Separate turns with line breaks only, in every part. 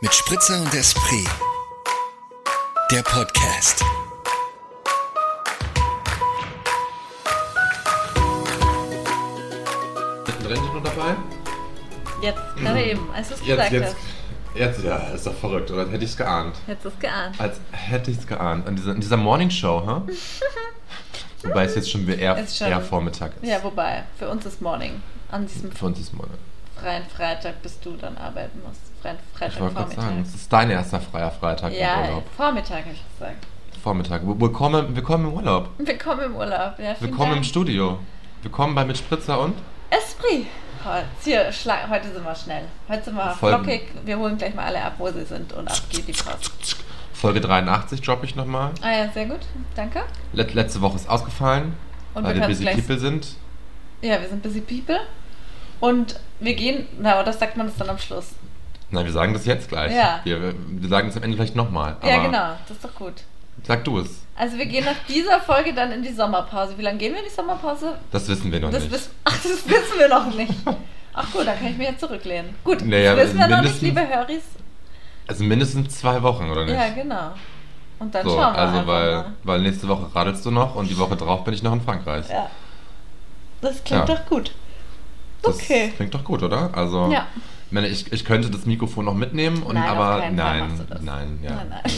Mit Spritzer und Esprit. Der Podcast.
Mittendrin sind wir dabei?
Jetzt, gerade eben, als du es
Mhm. Jetzt,
gesagt
jetzt,
hast.
jetzt, ja, ist doch verrückt, oder? Als Hätte ich es geahnt.
Hättest du es geahnt.
Als hätte ich es geahnt. In dieser, in dieser Morning Show, hä? Wobei es jetzt schon wieder eher,
Ist schon-
eher Vormittag ist.
Ja, wobei, für uns ist Morning. An diesem
Für uns ist Morgen.
freien Freitag, bis du dann arbeiten musst. Freien Freitag,
Ich wollte gerade
Vormittag.
sagen, es ist dein erster freier Freitag im
ja,
Urlaub.
Vormittag habe ich gesagt.
Vormittag. W- Willkommen, willkommen im Urlaub.
Willkommen im Urlaub. Ja, vielen
Willkommen im
Dank.
Studio. Willkommen bei Mit Spritzer und
Esprit. Heute, hier, schla- heute sind wir schnell. Heute sind wir
Voll-
flockig. Wir holen gleich mal alle ab, wo sie sind und ab geht die Post.
Folge 83 droppe ich nochmal.
Ah ja, sehr gut. Danke.
Let letzte Woche ist ausgefallen,
Und
weil
wir
wir
können es
busy
gleich
people sind.
Ja, wir sind busy people. Und wir gehen, na, aber das sagt man das dann am Schluss.
Nein, wir sagen das jetzt gleich.
Ja.
Wir, wir sagen es am Ende vielleicht nochmal.
ja,
aber
genau, das ist doch gut.
Sag du es.
Also wir gehen nach dieser Folge dann in die Sommerpause. Wie lange gehen wir in die Sommerpause?
Das wissen wir noch
Das
nicht.
wissen, ach, das wissen wir noch nicht. Ach gut, da kann ich mir jetzt zurücklehnen. Gut,
Naja,
das wissen wir noch
mindestens-
nicht, liebe Höris.
Also mindestens zwei Wochen, oder nicht?
Ja, genau. Und dann
so,
schauen wir
also
einfach
weil,
mal.
weil nächste Woche radelst du noch und die Woche drauf bin ich noch in Frankreich.
Ja. Das klingt
Ja.
doch gut.
Das
Okay.
klingt doch gut, oder? Also
Ja.
ich meine, ich, ich könnte das Mikrofon noch mitnehmen und
Nein, auf
aber
keinen Fall
nein,
machst du das.
nein, ja.
Nein, nein.
Nee.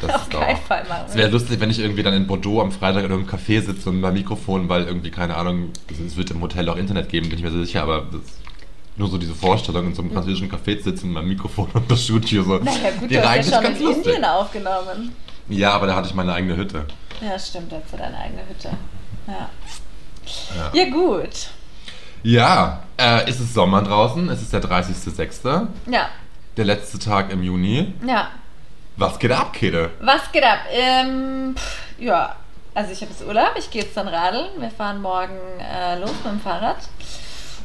Das
Auf
ist doch.
keinen Fall machen
Es
wir
wäre lustig, wenn ich irgendwie dann in Bordeaux am Freitag in einem Café sitze und mein Mikrofon, weil irgendwie, keine Ahnung, es- es wird im Hotel auch Internet geben, bin ich mir so sicher, aber das, nur so diese Vorstellung, in so einem französischen Café zu sitzen, mein Mikrofon und das Studio so.
Naja, gut,
wäre
du hast
eigentlich
Mhm. ja schon in
ganz lustig.
Indien aufgenommen.
Ja, aber da hatte ich meine eigene Hütte.
Ja, stimmt, da hast du deine eigene Hütte. Ja.
Ja.
Ja, gut.
Ja, äh, ist es ist Sommer draußen, es ist der 30.06.,
Ja,
der letzte Tag im Juni.
ja.
Was geht ab, Kede?
Was geht ab? Ähm, pff, ja, also ich habe jetzt Urlaub, ich gehe jetzt dann radeln. Wir fahren morgen äh, los mit dem Fahrrad.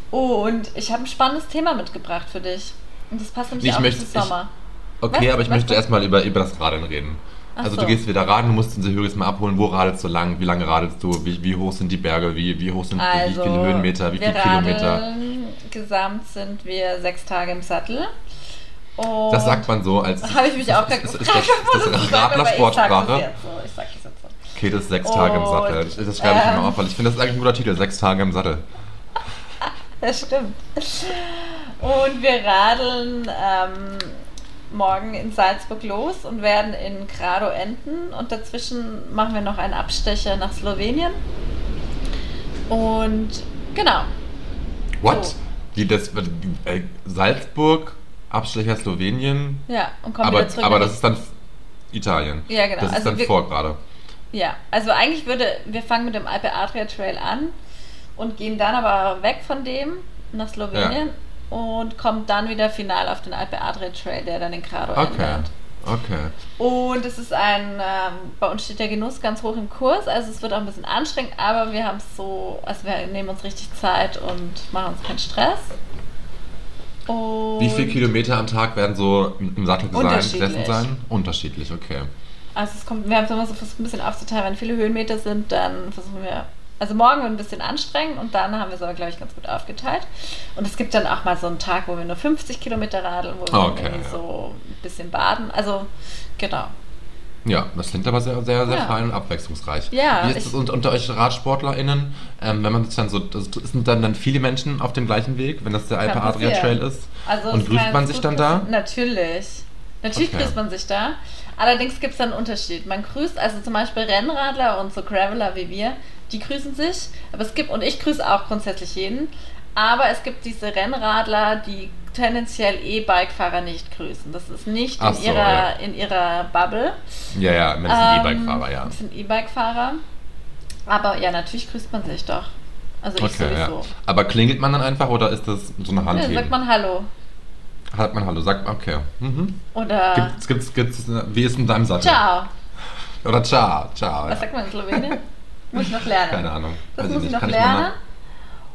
Und ich habe ein spannendes Thema mitgebracht für dich. Und das passt nämlich
Ich
auch
möchte-
zum Sommer.
Okay,
Was?
aber ich
Was
möchte
denn?
erstmal über, über das Radeln reden.
Ach
also
so.
du gehst wieder radeln, du musst unsere Höris mal abholen, wo radelst du lang, wie lange radelst du, wie, wie hoch sind die Berge, wie, wie hoch sind wie viele Höhenmeter, wie
Also, wir
viele Kilometer.
radeln. Gesamt sind wir sechs Tage im Sattel. Und
Das sagt man so, als
Habe ich mich auch gerade
ist,
gefragt,
ist, das,
was
ist das
sagt, aber Ich sage das
Radler-Sportsprache.
jetzt so. Ich sag das jetzt so.
Kede ist sechs Tage im
Und,
Sattel. Das- Das schreibe ich mir
ähm,
mal auf, weil ich finde, das ist eigentlich ein guter Titel, sechs Tage im Sattel.
Das stimmt. Und wir radeln ähm, morgen in Salzburg los und werden in Grado enden. Und dazwischen machen wir noch einen Abstecher nach Slowenien. Und genau,
What?
So.
Die, das, äh, Salzburg, Abstecher Slowenien,
ja, und kommen
aber,
wieder zurück.
aber
nach-
das ist dann Italien.
Ja, genau.
Das ist
Also
dann
wir-
vor gerade.
ja, also eigentlich würde, wir fangen mit dem Alpe Adria Trail an und gehen dann aber weg von dem nach Slowenien und kommen dann wieder final auf den Alpe Adria Trail, der dann in Grado
Okay.
endet.
Okay.
Und es ist ein, ähm, bei uns steht der Genuss ganz hoch im Kurs, also es wird auch ein bisschen anstrengend, aber wir haben es so, also wir nehmen uns richtig Zeit und machen uns keinen Stress. Und
Wie viele Kilometer am Tag werden so im Sattel sein,
Unterschiedlich.
gesessen sein? Unterschiedlich, okay.
Also es kommt, wir haben es immer so versucht, ein bisschen aufzuteilen, wenn viele Höhenmeter sind, dann versuchen wir, also morgen wird ein bisschen anstrengend und dann haben wir es aber, glaube ich, ganz gut aufgeteilt. Und es gibt dann auch mal so einen Tag, wo wir nur 50 Kilometer radeln, wo wir
Ah, Okay,
irgendwie
ja.
so ein bisschen baden, also genau.
Ja, das klingt aber sehr, sehr, sehr
Ja.
fein und abwechslungsreich.
Ja,
Wie ist
ich-
es unter, unter euch RadsportlerInnen, ähm, wenn man sich dann so, das sind dann, dann viele Menschen auf dem gleichen Weg, wenn das der
Kann
Alpe Adria
passieren.
Trail ist?
Also
Und
es
grüßt
kann
man
jetzt
sich
gut
dann
pass-
da?
Natürlich. Natürlich
Okay.
grüßt man sich da. Allerdings gibt es da einen Unterschied. Man grüßt, also zum Beispiel Rennradler und so Graveler wie wir, die grüßen sich. Aber es gibt, und ich grüße auch grundsätzlich jeden, aber es gibt diese Rennradler, die tendenziell E-Bike-Fahrer nicht grüßen. Das ist nicht
Ach
in,
so,
ihrer,
ja.
in ihrer Bubble. Ähm,
Ja, ja, wenn es ein E-Bike-Fahrer, ja.
Das sind E-Bike-Fahrer. Aber ja, natürlich grüßt man sich doch. Also ich
Okay, ja.
sowieso.
Aber klingelt man dann einfach oder ist das so eine
Ja,
Handheben?
dann sagt man Hallo.
Hat man Hallo, sagt man, okay. Mhm.
Oder
Gibt's, gibt's, gibt's, wie ist denn dein Sattel?
Ciao.
Oder ciao, ciao.
Was
Ja.
sagt man in Slowenien? muss ich noch lernen.
Ah. Keine Ahnung.
Das
Weiß
muss ich
nicht.
noch
Kann mal
lernen.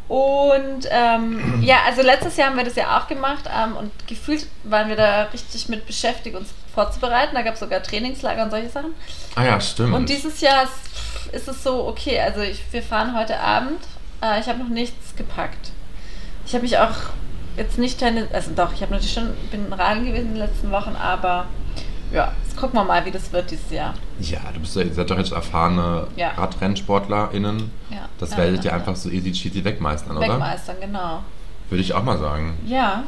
Und ähm, ja, also letztes Jahr haben wir das ja auch gemacht ähm, und gefühlt waren wir da richtig mit beschäftigt, uns vorzubereiten. Da gab es sogar Trainingslager und solche Sachen.
Ah ja, stimmt.
Und dieses Jahr ist, ist es so, okay, also ich, wir fahren heute Abend. Äh, ich habe noch nichts gepackt. Ich habe mich auch jetzt nicht Tennis, also doch, ich habe natürlich schon, bin Radeln gewesen in den letzten Wochen, aber ja, jetzt gucken wir mal, wie das wird dieses Jahr.
Ja, du bist ja, ihr seid doch jetzt erfahrene
Ja.
RadrennsportlerInnen.
Ja,
Das
ja,
werdet
ja,
ihr einfach so easy cheesy wegmeistern, oder?
Wegmeistern, genau.
Würde ich auch mal sagen.
Ja.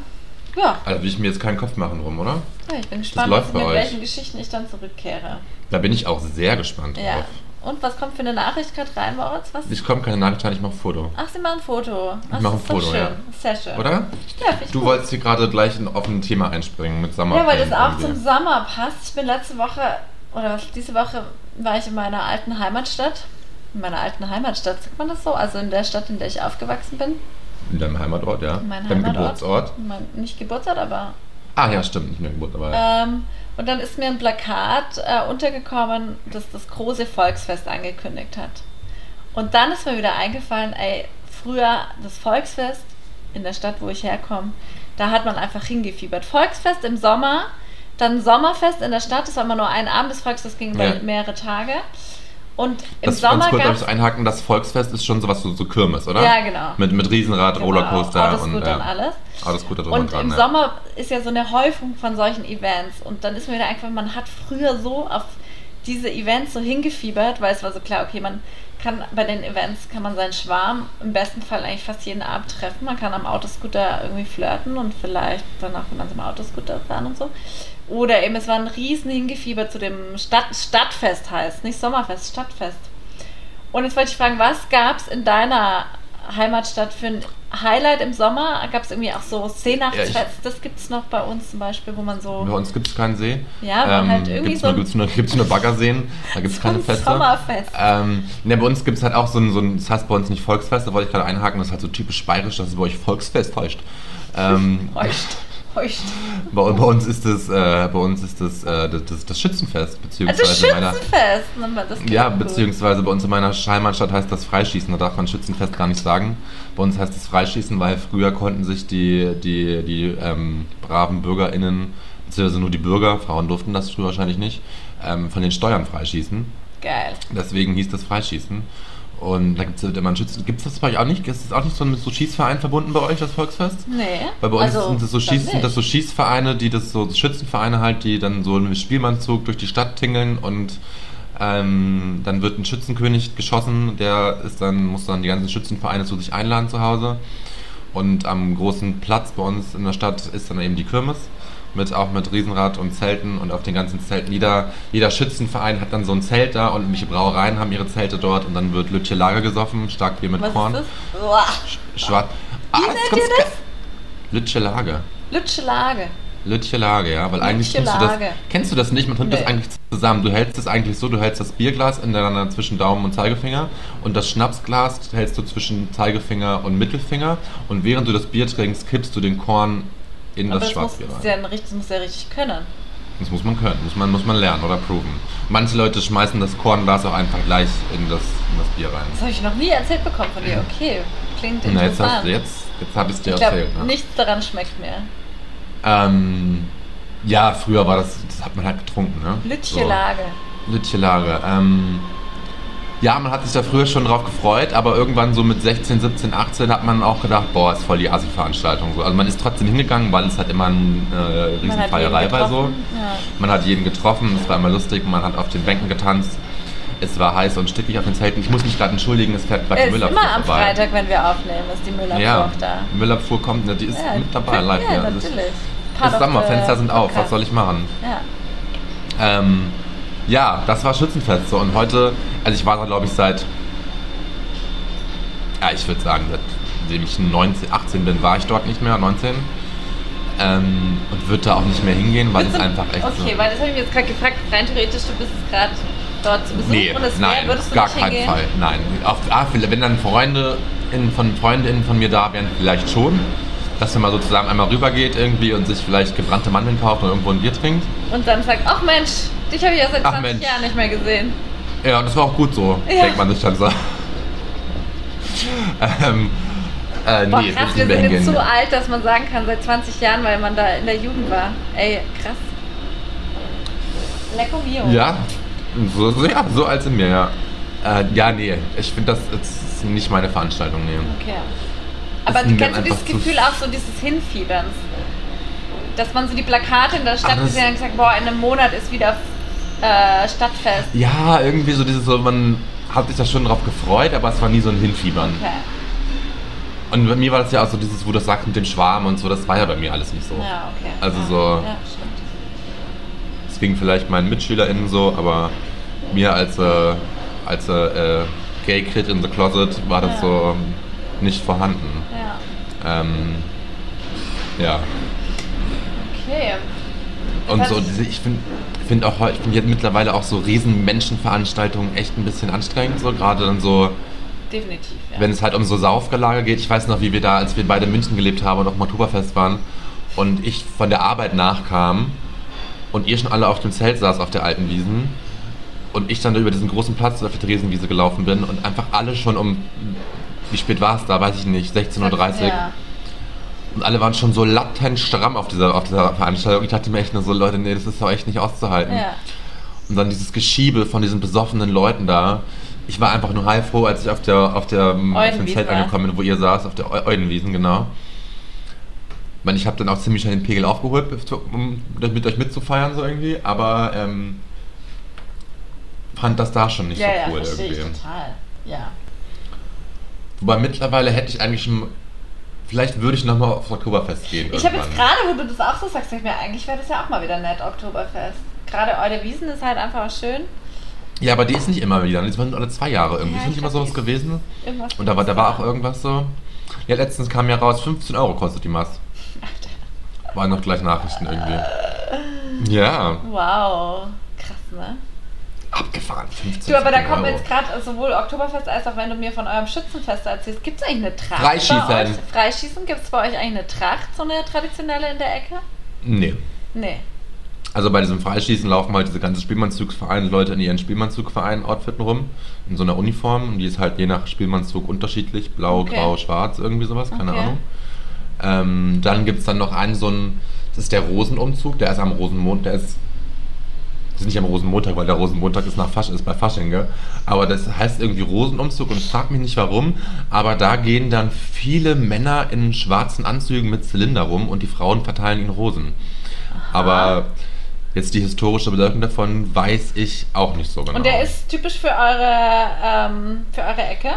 Ja,
Also würde ich mir jetzt keinen Kopf machen drum, oder?
ja ich bin gespannt,
läuft
was,
bei
mit
euch.
welchen Geschichten ich dann zurückkehre.
Da bin ich auch sehr gespannt
Ja.
drauf.
Und was kommt für eine Nachricht gerade rein, Moritz? Was?
Ich komme keine Nachricht rein, ich mache ein Foto.
Ach, sie machen ein Foto. Ach,
mach ein
das ist doch
Foto,
schön.
ja.
Das ist Sehr schön.
Oder?
Ja, finde ich
Du
gut.
wolltest hier gerade gleich in offenes Thema einspringen mit Summer.
Ja, weil das
Camp
auch zum
irgendwie.
Sommer passt. Ich bin letzte Woche, oder was, diese Woche war ich in meiner alten Heimatstadt. In meiner alten Heimatstadt, sagt man das so? Also in der Stadt, in der ich aufgewachsen bin.
In deinem Heimatort, ja.
In meinem
Deinem
Heimatort.
Geburtsort.
Mein, nicht Geburtsort, aber.
Ah ja, stimmt, nicht nur Geburt, aber.
Ähm, und dann ist mir ein Plakat äh, untergekommen, das das große Volksfest angekündigt hat. Und dann ist mir wieder eingefallen, ey, früher das Volksfest in der Stadt, wo ich herkomme, da hat man einfach hingefiebert. Volksfest im Sommer, dann Sommerfest in der Stadt, das war immer nur ein Abend, das Volksfest ging über
Ja.
mehrere Tage. Und im
das
Sommer
ganz kurz darf
gab's
ich einhaken, das Volksfest ist schon sowas so, so Kirmes, oder?
Ja, genau.
Mit, mit Riesenrad, Rollercoaster
genau,
und äh,
und alles.
alles gut da drum
Und
dran.
im
ja.
Sommer ist ja so eine Häufung von solchen Events. Und dann ist mir wieder einfach, man hat früher so auf diese Events so hingefiebert, weil es war so klar, okay, man kann bei den Events kann man seinen Schwarm im besten Fall eigentlich fast jeden Abend treffen. Man kann am Autoscooter irgendwie flirten und vielleicht danach gemeinsam Autoscooter fahren und so. Oder eben, es war ein riesen Hingefieber zu dem Stadt Stadtfest heißt, nicht Sommerfest, Stadtfest. Und jetzt wollte ich fragen, was gab es in deiner Heimatstadt für ein Highlight im Sommer? Gab es irgendwie auch so Seenachtsfest?
Ja, ich-
das gibt es noch bei uns zum Beispiel, wo man
Bei
so.
uns gibt es keinen See. Ähm,
Ja, aber halt irgendwie
gibt's
so
nur,
ein-
gibt's nur, gibt's nur Baggerseen, da gibt es keine
ein
Feste.
Sommerfest.
Ähm, ne, bei uns gibt es halt auch so ein, so ein, das heißt bei uns nicht Volksfest, da wollte ich gerade einhaken, das ist halt so typisch bayerisch, dass es bei euch Volksfest täuscht. Ähm,
Heucht. Heucht.
bei, bei uns ist das, äh, bei uns ist das, äh, das, das, das Schützenfest, beziehungsweise
Also
in meiner,
Schützenfest. nennt man Das klingt
ja,
gut.
beziehungsweise bei uns in meiner Scheinmannschaft heißt das Freischießen, da darf man Schützenfest gar nicht sagen. Bei uns heißt es Freischießen, weil früher konnten sich die, die, die ähm, braven BürgerInnen, beziehungsweise nur die Bürger, Frauen durften das früher wahrscheinlich nicht, ähm, von den Steuern freischießen.
Geil.
Deswegen hieß das Freischießen. Und da gibt es halt immer einen Schützen. Gibt es das bei euch auch nicht? Ist das auch nicht so mit so Schießverein verbunden bei euch, das Volksfest?
Nee.
Weil bei uns
also,
sind, das so
dann
Schieß, sind das so
nicht.
Schießvereine, die das so Schützenvereine halt, die dann so einen Spielmannzug durch die Stadt tingeln und ähm, dann wird ein Schützenkönig geschossen, der ist dann, muss dann die ganzen Schützenvereine zu sich einladen zu Hause. Und am großen Platz bei uns in der Stadt ist dann eben die Kirmes. Mit, auch mit Riesenrad und Zelten und auf den ganzen Zelten. Jeder, jeder Schützenverein hat dann so ein Zelt da und irgendwelche Brauereien haben ihre Zelte dort und dann wird Lütje Lager gesoffen, Starkbier mit
Was
Korn.
ist das? Uah.
Schwarz. Ah, das
Wie
ist
nennt ihr
ganz
das?
ge- Lütje Lager.
Lütsche Lage.
Lütche Lage, ja, weil eigentlich
Lütche
kennst du, das,
Lage.
kennst du das nicht, man trinkt
Nee.
das eigentlich zusammen. Du hältst es eigentlich so, du hältst das Bierglas ineinander zwischen Daumen und Zeigefinger und das Schnapsglas hältst du zwischen Zeigefinger und Mittelfinger und während du das Bier trinkst, kippst du den Korn in
Aber
das
das muss,
Schwarzbier
das,
rein.
ist ja ein, richtig- das muss ja richtig können.
Das muss man können, muss man, muss man lernen oder proven. Manche Leute schmeißen das Kornglas auch einfach gleich in das, in das Bier rein.
Das habe ich noch nie erzählt bekommen von dir. Okay. Klingt
Na, jetzt
interessant.
hast du, jetzt, jetzt hab ich's dir
ich
erzählt.
glaube,
ne?
nichts daran schmeckt mehr.
Ähm, ja, früher war das, das hat man halt getrunken, ne?
Lütche
So.
Lage.
Lütchelage. Ähm, ja, man hat sich da früher schon drauf gefreut, aber irgendwann so mit 16, 17, 18 hat man auch gedacht, boah, ist voll die Assi-Veranstaltung. So. Also man ist trotzdem hingegangen, weil es halt immer eine äh,
Man hat jeden
Riesenfeierei war so.
getroffen. Ja.
Man hat jeden getroffen, es war immer lustig, man hat auf den Bänken getanzt. Es war heiß und stickig auf den Zelten. Ich muss mich gerade entschuldigen, es fährt gleich
Er
die
ist
Müllabfuhr
immer am
vorbei.
Freitag, wenn wir aufnehmen, ist die Müllabfuhr
ja,
auch da.
die Müllabfuhr kommt, ne, die ist mit dabei, live.
Ja,
Ja, Das,
natürlich.
das
Part of
Sommerfenster
the
sind auf, was
podcast.
soll ich machen?
Ja.
Ähm, ja, das war Schützenfest. So. Und heute, also ich war da glaube ich seit, ja, ich würde sagen, seitdem ich 19, 18 bin, war ich dort nicht mehr, 19. Ähm, und würde da auch nicht mehr hingehen, weil es
Würdest du-
einfach echt
Okay,
so...
weil das habe ich mir jetzt gerade gefragt. Rein theoretisch, du bist jetzt gerade dort zu Besuch
Nee,
und es
nein,
wäre, würdest
auf
du
gar
nicht
keinen
hingehen?
Fall. Nein, auf, ah, vielleicht- wenn dann Freunde in, von Freundinnen von mir da wären, vielleicht schon. Dass man mal so zusammen einmal rübergeht irgendwie und sich vielleicht gebrannte Mandeln kauft und irgendwo ein Bier trinkt.
Und dann sagt, ach Mensch, dich habe ich ja seit
Ach
20
Mensch.
Jahren nicht mehr gesehen.
Ja, und das war auch gut so,
Ja.
denkt man sich dann so. ähm, äh,
Boah,
nee,
krass,
würde
wir
ich nicht mehr
sind jetzt
hingehen.
so alt, dass man sagen kann, seit 20 Jahren, weil man da in der Jugend war. Ey, krass. Lecco mio.
Ja, so, so, ja, so alt sind wir, ja. Äh, ja, nee, ich finde das, das ist nicht meine Veranstaltung, nee.
Okay. Aber
Ist mir
kennst du dieses
einfach zu-
Gefühl auch so dieses Hinfieberns? Dass man so die Plakate in der Stadt
Ah, das-
gesehen hat und gesagt, boah, in einem Monat ist wieder äh, Stadtfest.
Ja, irgendwie so dieses, so, man hat sich da schon drauf gefreut, aber es war nie so ein Hinfiebern.
Okay.
Und bei mir war das ja auch so dieses, wo du das sagst mit dem Schwarm und so, das war ja bei mir alles nicht so.
Ja, okay.
Also
ja.
so-
Ja, stimmt.
Es ging vielleicht meinen MitschülerInnen so, aber mir als, äh, als äh, äh, Gay Kid in the Closet war das
Ja.
so ähm, nicht vorhanden.
Ja,
Ähm, ja.
okay.
Und
Was-
so, diese, ich finde find auch, heu- ich bin jetzt mittlerweile auch so riesen Menschenveranstaltungen echt ein bisschen anstrengend, so gerade dann so,
Definitiv, ja.
wenn es halt um so Saufgelage geht. Ich weiß noch, wie wir da, als wir beide in München gelebt haben und auf dem Oktoberfest waren und ich von der Arbeit nachkam und ihr schon alle auf dem Zelt saß auf der alten Wiesen und ich dann da über diesen großen Platz auf der Theresienwiese gelaufen bin und einfach alle schon um, wie spät war es da, weiß ich nicht, 16.30 Uhr.
Ja.
Und alle waren schon so lattenstramm auf dieser, auf dieser Veranstaltung. Ich dachte mir echt nur so, Leute, nee, das ist doch echt nicht auszuhalten.
ja.
Und dann dieses Geschiebe von diesen besoffenen Leuten da. Ich war einfach nur heilfroh, als ich auf, der, auf, der, auf dem
Eudenwiesen
Zelt
war.
angekommen bin, wo ihr saß, auf der Eu- Eudenwiesen, genau. Ich meine, ich habe dann auch ziemlich schnell den Pegel aufgeholt, um mit euch mitzufeiern, so irgendwie. Aber ähm, fand das da schon nicht
ja,
so cool
ja, verstehe
irgendwie.
ich total. Ja.
Wobei mittlerweile hätte ich eigentlich schon. Vielleicht würde ich nochmal aufs Oktoberfest gehen.
Ich habe jetzt
irgendwann.
gerade, wo du das auch so sagst, denk ich mir, eigentlich wäre das ja auch mal wieder nett, Oktoberfest. Gerade Eude Wiesen ist halt einfach schön.
Ja, aber die ist nicht immer wieder. Die sind alle zwei Jahre irgendwie.
Ja,
ist nicht
ich
immer
glaub,
sowas
die ist-
gewesen?
Irgendwas
Und da war, da war auch irgendwas so. Ja, letztens kam ja raus, 15 Euro kostet die Maß. Waren noch gleich Nachrichten irgendwie. Ja,
Wow. Krass, ne?
abgefahren. 15
Du, aber da
fucking
kommt
Euro.
jetzt gerade sowohl Oktoberfest als auch wenn du mir von eurem Schützenfest erzählst. Gibt es eigentlich eine Tracht?
Freischießen.
bei euch? Freischießen? Gibt es bei euch eigentlich eine Tracht, so eine traditionelle in der Ecke?
Nee.
Nee.
Also bei diesem Freischießen laufen halt diese ganzen Spielmannszugsvereine, Leute in ihren Spielmannszugvereinen-Outfitten rum. In so einer Uniform. Und die ist halt je nach Spielmannszug unterschiedlich. Blau,
Okay.
grau, schwarz, irgendwie sowas. Keine
Okay.
Ahnung. Ähm, dann gibt es dann noch einen, so ein, das ist der Rosenumzug, der ist am Rosenmond, der ist, das ist nicht am Rosenmontag, weil der Rosenmontag ist nach Fasch, ist bei Fasching, gell? aber das heißt irgendwie Rosenumzug und ich frag mich nicht warum, aber da gehen dann viele Männer in schwarzen Anzügen mit Zylinder rum und die Frauen verteilen ihnen Rosen. Aber jetzt die historische Bedeutung davon weiß ich auch nicht so genau.
Und der ist typisch für eure, ähm, für eure Ecke?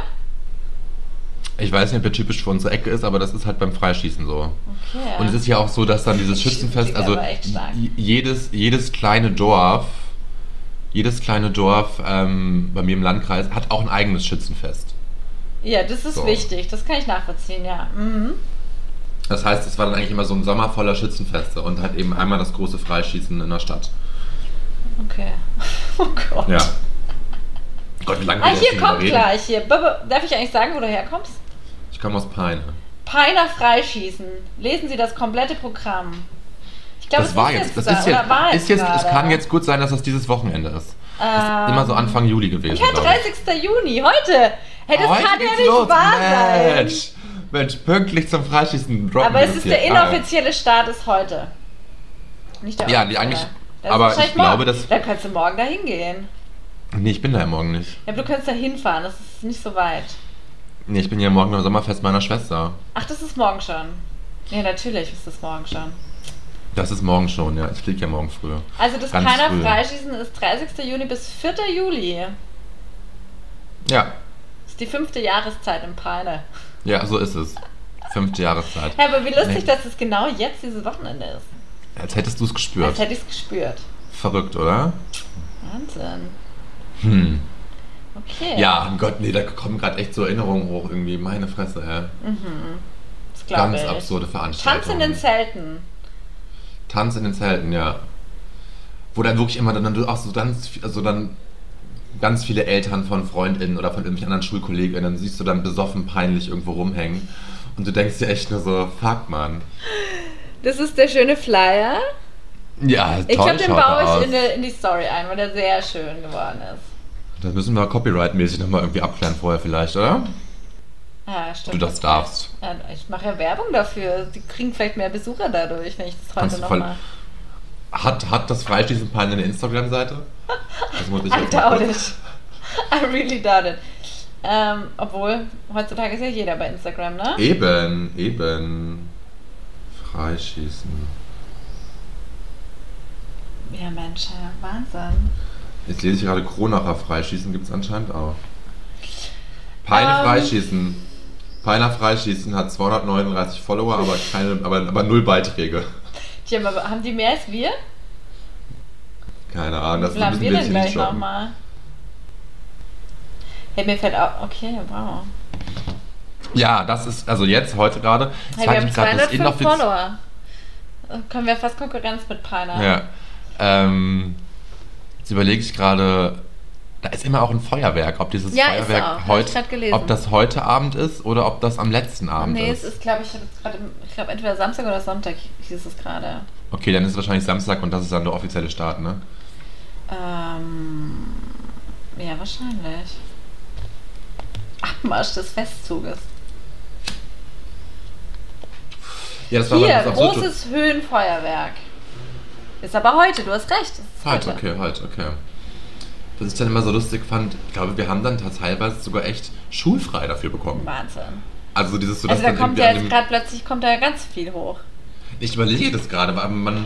ich weiß nicht, ob der typisch für unsere Ecke ist, aber das ist halt beim Freischießen so.
Okay.
Und es ist ja auch so, dass dann dieses
Das
Schützenfest,
klingt
also
aber echt stark.
j- jedes, jedes kleine Dorf, jedes kleine Dorf ähm, bei mir im Landkreis hat auch ein eigenes Schützenfest.
ja, das ist
So.
wichtig. Das kann ich nachvollziehen, ja. Mhm.
Das heißt, es war dann eigentlich immer so ein Sommer voller Schützenfeste und halt eben einmal das große Freischießen in der Stadt.
Okay. Oh Gott.
Ja. Gott, wie lange
Ah,
wir jetzt
hier
schon
kommt
reden.
gleich. Hier. Bubbe, darf ich eigentlich sagen, wo du herkommst?
Ich komme aus Peine.
Peiner Freischießen. Lesen Sie das komplette Programm. Ich glaube,
das
es
war
ist
jetzt, das
gesagt,
ist jetzt,
oder war
ist jetzt es
gerade?
kann jetzt gut sein, dass das dieses Wochenende ist. Das ist
Ähm,
immer so Anfang Juli gewesen.
Ja,
glaub ich.
30. Juni, heute. Hey, das
Heute
kann ja
geht's
nicht
los.
wahr
Mensch. Mensch, pünktlich zum Freischießen
sein.
droppen
Aber
wir
es
das
ist
hier.
der inoffizielle Start ist heute. Nicht der
Ah. Ja,
offizielle.
die eigentlich-
Das ist
aber
wahrscheinlich
ich glaube,
morgen.
dass-
Dann kannst du morgen da hingehen.
Ah, nee, ich bin da ja morgen nicht.
Ja, aber du kannst da hinfahren, das ist nicht so weit.
Nee, ich bin ja morgen am Sommerfest meiner Schwester.
Ach, das ist morgen schon. Ja, natürlich ist das morgen schon.
Das ist morgen schon, ja. Ich fliege ja morgen früh.
Also das
Ganz
Keiner
früh.
Freischießen ist 30. Juni bis 4. Juli.
Ja,
Das ist die fünfte Jahreszeit in Peine.
ja, so ist es. Fünfte Jahreszeit.
Ja, aber wie lustig,
Nee.
dass es genau jetzt dieses Wochenende ist.
Als hättest du es gespürt.
Als hätte ich es gespürt.
Verrückt, oder?
Wahnsinn.
Hm.
Okay.
Ja, oh Gott, nee, da kommen gerade echt so Erinnerungen hoch irgendwie. Meine Fresse, ey.
das glaub
Ganz
ich.
absurde
Tanz in
Veranstaltung.
den Zelten.
Tanz in den Zelten, ja. Wo dann wirklich immer dann, dann auch so ganz, viel- also dann ganz viele Eltern von FreundInnen oder von irgendwelchen anderen SchulkollegInnen, dann siehst du dann besoffen peinlich irgendwo rumhängen. Und du denkst dir echt nur so, fuck man.
Das ist der schöne Flyer.
Ja, toll
Ich glaube, den
schaut er
baue
aus.
ich in, die- in die Story ein, weil der sehr schön geworden ist.
Das müssen wir copyright-mäßig nochmal irgendwie abklären vorher vielleicht, oder?
Ja, stimmt.
Du das darfst.
Ja, ich mache ja Werbung dafür. Die kriegen vielleicht mehr Besucher dadurch, wenn ich das
Kannst
heute
du
noch
voll-
mal.
Hat, hat das Freischließen Pein eine Instagram-Seite? Das muss ich
I
jetzt mal
doubt
kurz-
it. I really doubt it. Ähm, obwohl, heutzutage ist ja jeder bei Instagram, ne?
Eben, eben. Freischießen.
Ja, Mensch, ja, Wahnsinn.
Jetzt lese ich gerade Kronacher Freischießen, gibt es anscheinend auch. Peine
Ähm.
Freischießen. Peiner Freischießen hat 239 Follower, aber, keine, aber, aber null Beiträge.
Die haben, aber, haben die mehr als wir?
Keine Ahnung, das
Wie haben
müssen wir
wir
jetzt
denn
hier nicht
gleich
droppen.
nochmal? Hey, mir fällt auch. Okay, wow.
Ja, das ist, also jetzt, heute gerade. zeig
Hey, wir
ich
haben
grad das
205
inoffiz-
Follower. Äh, Können wir fast Konkurrenz mit Peiner.
Ja. Ähm, jetzt überlege ich gerade, da ist immer auch ein Feuerwerk, ob dieses
Ja, ist
Feuerwerk
auch. Hab ich
heute,
grad gelesen.
ob das heute Abend ist oder ob das am letzten Abend
nee,
ist.
es ist, glaube ich, ich hab jetzt gerade, im- ich glaube, entweder Samstag oder Sonntag hieß es gerade.
Okay, dann ist es wahrscheinlich Samstag und das ist dann der offizielle Start, ne?
Ähm, ja, wahrscheinlich. Abmarsch des Festzuges.
Ja, das war
Hier,
aber das absolute-
großes Höhenfeuerwerk. Ist aber heute, du hast recht. es ist
Halt, okay, halt, okay. Was ich dann immer so lustig fand, ich glaube, wir haben dann teilweise sogar echt schulfrei dafür bekommen.
Wahnsinn.
Also dieses so, dass
Also da
dann
kommt
irgendwie
ja
an
jetzt
dem-
gerade plötzlich kommt da ja ganz viel hoch.
Ich überlege das gerade, weil man,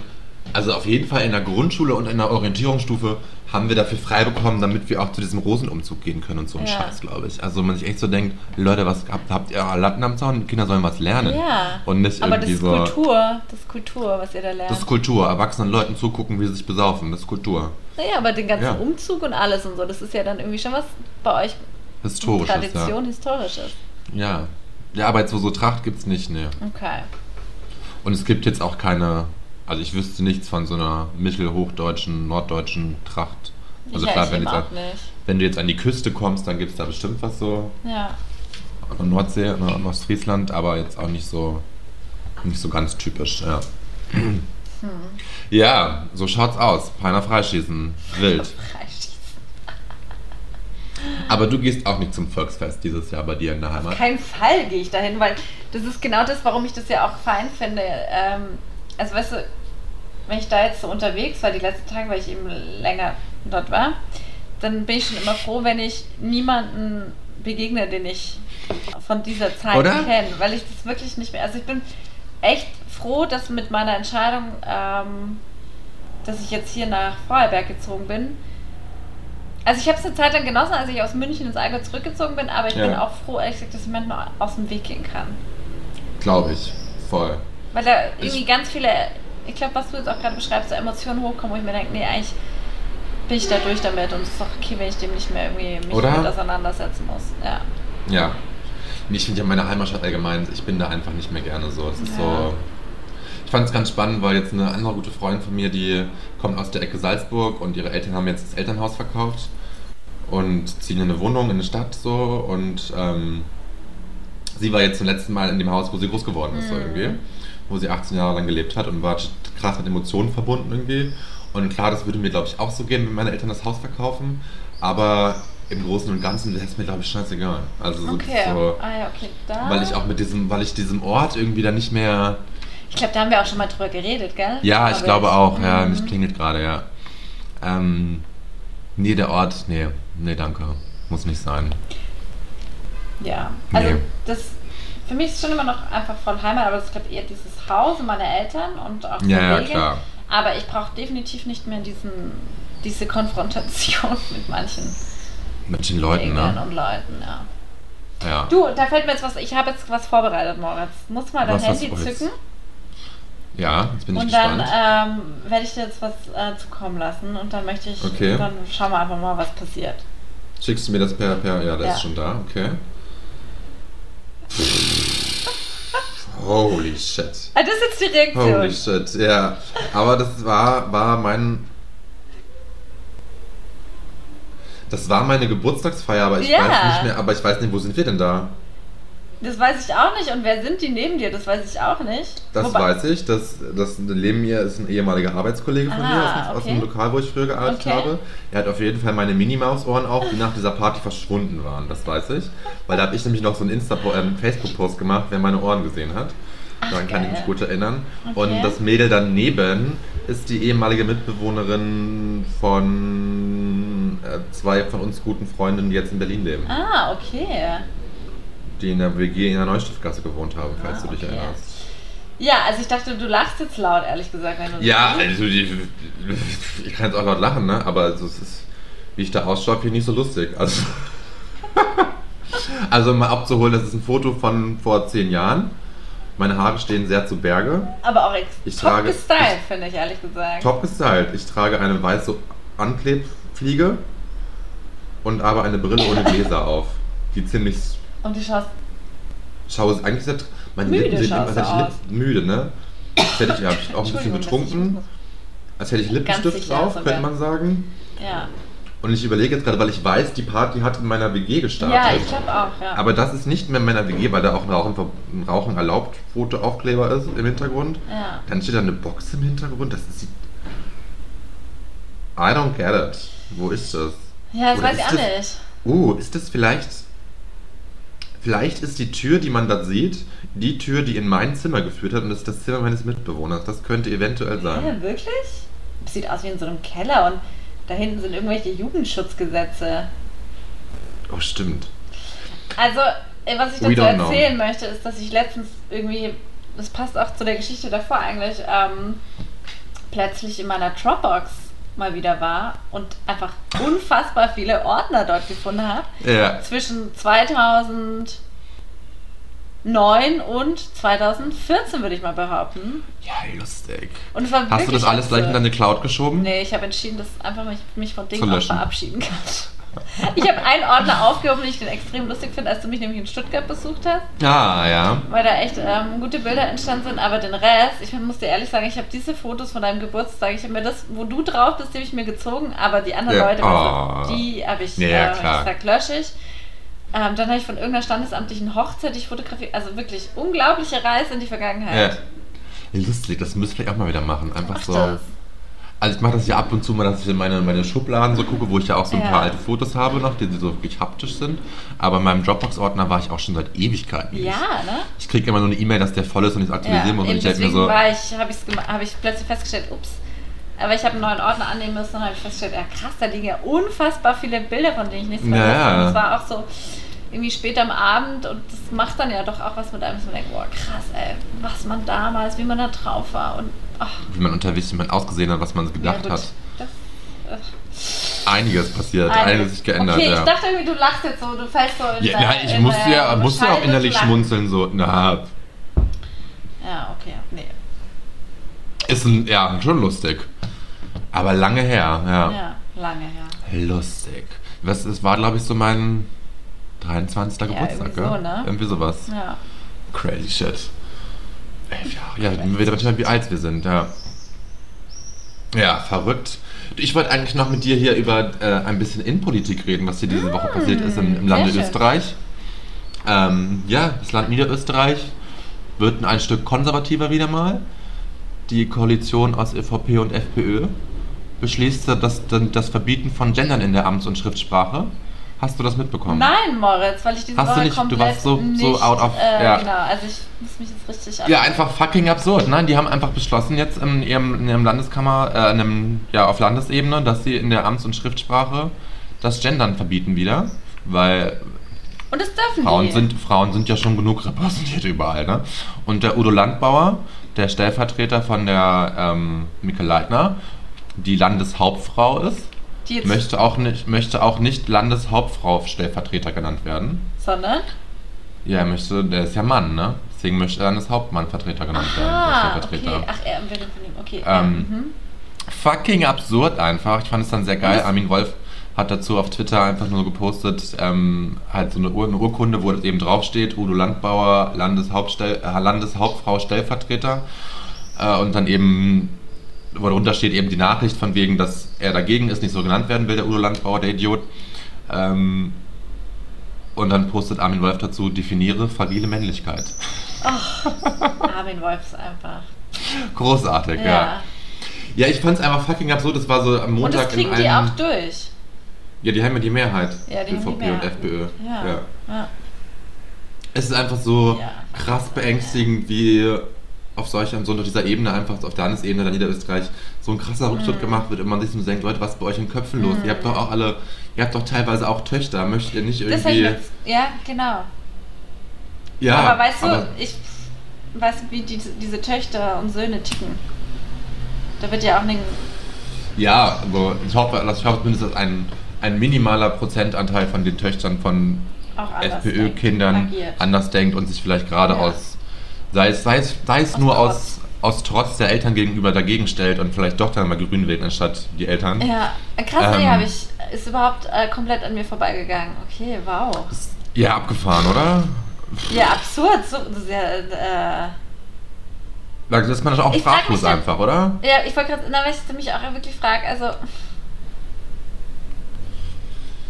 also auf jeden Fall in der Grundschule und in der Orientierungsstufe haben wir dafür frei bekommen, damit wir auch zu diesem Rosenumzug gehen können und so ein
Ja.
Scheiß, glaube ich. Also man sich echt so denkt, Leute, was habt, habt ihr Latten am Zaun? Die Kinder sollen was lernen.
Ja.
Und nicht
Aber das
irgendwie
ist
so.
Kultur, das ist Kultur, was ihr da lernt.
Das ist Kultur. Erwachsenen Leuten zugucken, wie sie sich besaufen. Das ist Kultur.
naja, aber den ganzen
Ja.
Umzug und alles und so, das ist ja dann irgendwie schon was bei euch
Historisches.
Tradition, historisches.
Ja. ja. Ja, aber jetzt so, so Tracht gibt's nicht, ne.
Okay.
Und es gibt jetzt auch keine, also ich wüsste nichts von so einer mittelhochdeutschen, norddeutschen Tracht. Also
ja,
klar,
ich
wenn
eben
jetzt
auch nicht.
Wenn du jetzt an die Küste kommst, dann gibt es da bestimmt was so.
Ja.
An Nordsee, an Ostfriesland, aber jetzt auch nicht so, nicht so ganz typisch. Ja,
Hm.
ja so schaut's aus. Peiner Freischießen. Wild.
Freischießen.
Aber du gehst auch nicht zum Volksfest dieses Jahr bei dir in der Heimat.
keinen Fall gehe ich dahin, weil das ist genau das, warum ich das ja auch fein finde. Ähm, also weißt du, wenn ich da jetzt so unterwegs war, die letzten Tage, weil ich eben länger dort war, dann bin ich schon immer froh, wenn ich niemanden begegne, den ich von dieser Zeit
Oder?
kenne, weil ich das wirklich nicht mehr. Also ich bin echt froh, dass mit meiner Entscheidung, ähm, dass ich jetzt hier nach Vorarlberg gezogen bin. Also ich habe es eine Zeit lang genossen, als ich aus München ins Allgäu zurückgezogen bin, aber ich
Ja.
bin auch froh, ehrlich gesagt, dass ich manchmal aus dem Weg gehen kann.
Glaube ich. Voll.
Weil da irgendwie ganz viele, ich glaube, was du jetzt auch gerade beschreibst, so Emotionen hochkommen, wo ich mir denke, nee, eigentlich bin ich da durch damit und es ist doch okay, wenn ich dem nicht mehr irgendwie mich
Oder?
damit auseinandersetzen muss. Ja.
Ja. Nee, Ich finde ja meine Heimatstadt allgemein, ich bin da einfach nicht mehr gerne so. Es ist
Ja.
so. Ich fand es ganz spannend, weil jetzt eine andere gute Freundin von mir, die kommt aus der Ecke Salzburg und ihre Eltern haben jetzt das Elternhaus verkauft und ziehen in eine Wohnung in der Stadt so und ähm, sie war jetzt zum letzten Mal in dem Haus, wo sie groß geworden ist so
Mhm.
irgendwie, wo sie 18 Jahre lang gelebt hat und war t- krass mit Emotionen verbunden irgendwie und klar, das würde mir glaube ich auch so gehen, wenn meine Eltern das Haus verkaufen, aber im Großen und Ganzen wäre es mir glaube ich scheißegal. Also so,
Okay.
so
ah ja, okay. Da.
weil ich auch mit diesem, weil ich diesem Ort irgendwie dann nicht mehr.
Ich glaube, da haben wir auch schon mal drüber geredet, gell?
Ja, ich glaube auch, ja,
Mhm.
mich klingelt gerade, ja. Ähm, nee, der Ort, nee, nee, danke. Muss nicht sein.
Ja, also
Nee.
das für mich ist schon immer noch einfach voll Heimat, aber das ist, glaube eher dieses Haus und meine Eltern und auch
Ja, ja,
Kollegin.
klar.
Aber ich brauche definitiv nicht mehr diesen, diese Konfrontation mit manchen
Mit den Leuten,
Regeln
ne?
und Leuten. Ja.
Ja.
Du, da fällt mir jetzt was, ich habe jetzt was vorbereitet, Moritz. Muss mal dein
Was hast
Handy
du jetzt?
zücken
Ja, jetzt bin ich
und dann
gespannt.
ähm, werde ich dir jetzt was äh, zukommen lassen und dann möchte ich,
Okay.
dann schauen wir einfach mal, was passiert.
Schickst du mir das per, per ja, der
äh, Ja.
ist schon da, okay. Holy shit.
Ah, das ist jetzt die Reaktion.
Holy shit, ja. Aber das war, war mein. Das war meine Geburtstagsfeier, aber ich
Ja.
weiß nicht mehr, aber ich weiß nicht, wo sind wir denn da?
Das weiß ich auch nicht. Und wer sind die neben dir? Das weiß ich auch nicht.
Das
Wobei-
weiß ich. Das, das neben mir ist ein ehemaliger Arbeitskollege von mir aus,
Ah,
dem- aus
okay.
dem Lokal, wo ich früher gearbeitet
Okay.
habe. Er hat auf jeden Fall meine Minimaus-Ohren auf, die nach dieser Party verschwunden waren. Das weiß ich. Weil da habe ich nämlich noch so einen Insta ähm, Facebook-Post gemacht, wer meine Ohren gesehen hat. Daran kann ich
geil.
mich gut erinnern.
Okay.
Und das Mädel daneben ist die ehemalige Mitbewohnerin von äh, zwei von uns guten Freundinnen, die jetzt in Berlin leben,
Ah, okay.
die in der WG in der Neustiftgasse gewohnt haben, falls
Ah,
du dich
okay.
erinnerst.
Ja, also ich dachte, du lachst jetzt laut, ehrlich gesagt, wenn du
Ja,
das
also ich, ich kann jetzt auch laut lachen, ne? aber also es ist, wie ich da ausschaue, finde ich nicht so lustig. Also, also um mal abzuholen, das ist ein Foto von vor zehn Jahren. Meine Haare stehen sehr zu Berge.
sagst. Aber auch ex-
Ich
top
trage-
gestylt, finde ich, ehrlich gesagt.
Top gestylt. Ich trage eine weiße Anklebfliege und aber eine Brille ohne Gläser auf. Die ziemlich.
Und du schaust,
Schau, eigentlich sind meine
Müde
Lippen sind als
schaust du
hätte ich Lippen- müde, ne? Als hätte ich, ja, ich auch ein bisschen
Entschuldigung, dass
betrunken.
ich-
Als hätte ich Lippenstift
sicher
drauf,
sogar.
könnte man sagen.
Ja,
Und ich überlege jetzt gerade, weil ich weiß, die Party hat in meiner WG gestartet.
ja ich glaube auch, ja.
aber das ist nicht mehr in meiner WG, weil da auch ein Rauchen, ver- ein Rauchen erlaubt rote Aufkleber ist im Hintergrund.
ja.
Dann steht da eine Box im Hintergrund. Das ist. I don't get it. Wo ist das?
ja, das
Oder
weiß ich
ist
auch
das-
nicht.
Uh, ist das vielleicht. Vielleicht ist die Tür, die man da sieht, die Tür, die in mein Zimmer geführt hat und das ist das Zimmer meines Mitbewohners. Das könnte eventuell sein.
Ja, wirklich? Das sieht aus wie in so einem Keller und da hinten sind irgendwelche Jugendschutzgesetze.
Oh, stimmt.
Also, äh, was ich
We
dazu
don't know.
erzählen möchte, ist, dass ich letztens irgendwie, das passt auch zu der Geschichte davor eigentlich, ähm, plötzlich in meiner Dropbox mal wieder war und einfach unfassbar viele Ordner dort gefunden habe.
Ja.
Zwischen 2009 und 2014 würde ich mal behaupten.
Ja, lustig.
Und es war
Hast du
wirklich
das alles gleich in
absurd.
deine Cloud geschoben?
Nee, ich habe entschieden, dass einfach mich, mich von
Zu
Dingen auch
löschen.
verabschieden kann. Ich habe einen Ordner aufgehoben, den ich den extrem lustig finde, als du mich nämlich in Stuttgart besucht hast,
Ah, ja.
weil da echt ähm, gute Bilder entstanden sind. Aber den Rest, ich muss dir ehrlich sagen, ich habe diese Fotos von deinem Geburtstag, ich habe mir das, wo du drauf bist, die habe ich mir gezogen, aber die anderen
Ja.
Leute,
Ah.
also, die habe ich,
Ja, ja,
äh,
klar.
gesagt, lösche ich. Ähm, dann habe ich von irgendeiner standesamtlichen Hochzeit, die ich fotografiert, also wirklich unglaubliche Reise in die
ja.
Vergangenheit.
Lustig, das müssen wir vielleicht auch mal wieder machen. Einfach
Mach
so.
das.
Also ich mache das ja ab und zu mal, dass ich in meine, meine Schubladen so gucke, wo ich ja auch so ein
Ja.
paar alte Fotos habe noch, die so wirklich haptisch sind. Aber in meinem Dropbox-Ordner war ich auch schon seit Ewigkeiten. nicht.
Ja, ne?
Ich kriege immer nur eine E-Mail, dass der voll ist und ich es aktualisieren muss. Und
eben
ich denke mir
deswegen
so,
war ich, habe ich, hab ich plötzlich festgestellt, ups, aber ich habe einen neuen Ordner annehmen müssen und habe ich festgestellt, ja krass, da liegen ja unfassbar viele Bilder, von denen ich nichts mehr
Ja,
weiß.
ja.
Und es war auch so irgendwie spät am Abend und das macht dann ja doch auch was mit einem, dass man denkt, boah krass, ey, was man damals, wie man da drauf war und ach,
wie man unterwegs, wie man ausgesehen hat, was man
ja,
gedacht
gut.
hat.
Das,
Einiges passiert,
Einiges.
einiges, sich geändert.
okay,
ja.
ich dachte irgendwie, du lachst jetzt so, du fällst so in
ja,
dein-
ja, ich
in
musste
dein
ja, musste ja auch
bescheidenes
innerlich
Lachen.
schmunzeln, so, na,
Ja, okay, nee.
ist ein, ja, schon lustig. Aber lange her, ja.
Ja, lange her.
Lustig. Was, es war, glaube ich, so mein 23. Geburtstag,
irgendwie
gell?
so, ne?
Irgendwie sowas.
Ja.
Crazy shit. Elf Jahre. Ja, wir wissen, wie alt wir sind, ja. Ja, verrückt. Ich wollte eigentlich noch mit dir hier über äh, ein bisschen Innenpolitik reden, was hier diese Woche passiert ist im, im Lande
Hm, sehr schön.
Österreich. Ähm, ja, das Land Niederösterreich wird ein Stück konservativer wieder mal. Die Koalition aus ÖVP und FPÖ beschließt das, das Verbieten von Gendern in der Amts- und Schriftsprache. Hast du das mitbekommen?
Nein, Moritz, weil ich diese
Hm. Hast du
Woche
nicht- du
komplett
warst so- so
nicht,
out of-
Äh,
ja.
Genau, also ich muss mich jetzt richtig.
Ja,
ab-
einfach fucking absurd. Nein, die haben einfach beschlossen jetzt in ihrem, in ihrem Landeskammer, äh, in einem, ja, auf Landesebene, dass sie in der Amts- und Schriftsprache das Gendern verbieten wieder. Weil
Und das dürfen
Frauen
die.
sind, Frauen sind ja schon genug repräsentiert überall, ne? Und der Udo Landbauer, der Stellvertreter von der ähm, Mikkel Leitner, die Landeshauptfrau ist,
die jetzt,
möchte auch nicht, möchte auch nicht Landeshauptfrau Stellvertreter genannt werden.
sondern.
Ja, er möchte, der ist ja Mann, ne? Deswegen möchte er Landeshauptmannvertreter genannt
Aha,
werden. der Stellvertreter.
Ah, okay. Ach, er im Bild von ihm, okay.
Ähm,
mhm.
fucking absurd einfach. Ich fand es dann sehr geil.
Was?
Armin Wolf hat dazu auf Twitter einfach nur gepostet, ähm, halt so eine, Ur eine Urkunde, wo das eben draufsteht, Udo Landbauer, Landeshauptstell äh, Landeshauptfrau Stellvertreter. Äh, und dann eben, wo darunter steht eben die Nachricht von wegen, dass er dagegen ist, nicht so genannt werden will, der Udo Landbauer, der Idiot. Ähm, und dann postet Armin Wolf dazu, definiere fragile Männlichkeit.
Armin Wolfs einfach.
Großartig,
Ja.
ja. Ja, ich fand es einfach fucking absurd. Das war so am
Und
Montag
das kriegen
in
die
einem
auch durch.
Ja, die haben ja die Mehrheit.
Ja, die haben die
ÖVP
Mehrheit.
und FPÖ.
Ja. ja.
Es ist einfach so
Ja.
krass beängstigend, wie auf solcher, so unter dieser Ebene, einfach auf der Landesebene, dann Niederösterreich, so ein krasser
Mhm.
Rückschritt gemacht wird und man sich so denkt, Leute, was ist bei euch in Köpfen los? Ihr habt doch auch alle, ihr habt doch teilweise auch Töchter, möchtet ihr nicht
Das hätte ich
irgendwie.
jetzt, ja, genau.
ja,
aber weißt du,
aber-
ich weiß, wie die, diese Töchter und Söhne ticken. Da wird ja auch nicht.
Ja, also ich hoffe, dass- ich hoffe zumindest, dass ein, ein minimaler Prozentanteil von den Töchtern von
Auch anders
FPÖ-Kindern
agiert.
anders denkt und sich vielleicht gerade
Ja.
aus, sei es, sei es, sei es
Aus
nur
Trotz.
aus, aus Trotz der Eltern gegenüber dagegen stellt und vielleicht doch dann mal grün wählt, anstatt die Eltern.
Ja, krass, nee,
Ähm.
habe ich. Ist überhaupt äh, komplett an mir vorbeigegangen. Okay, wow.
Ja, abgefahren, oder?
Ja, absurd. So, das ist ja, äh,
Das ist man auch
Ich frag
sprachlos
mich ja-
einfach, oder?
ja, ich wollte gerade, na, weil ich mich auch wirklich frage, also.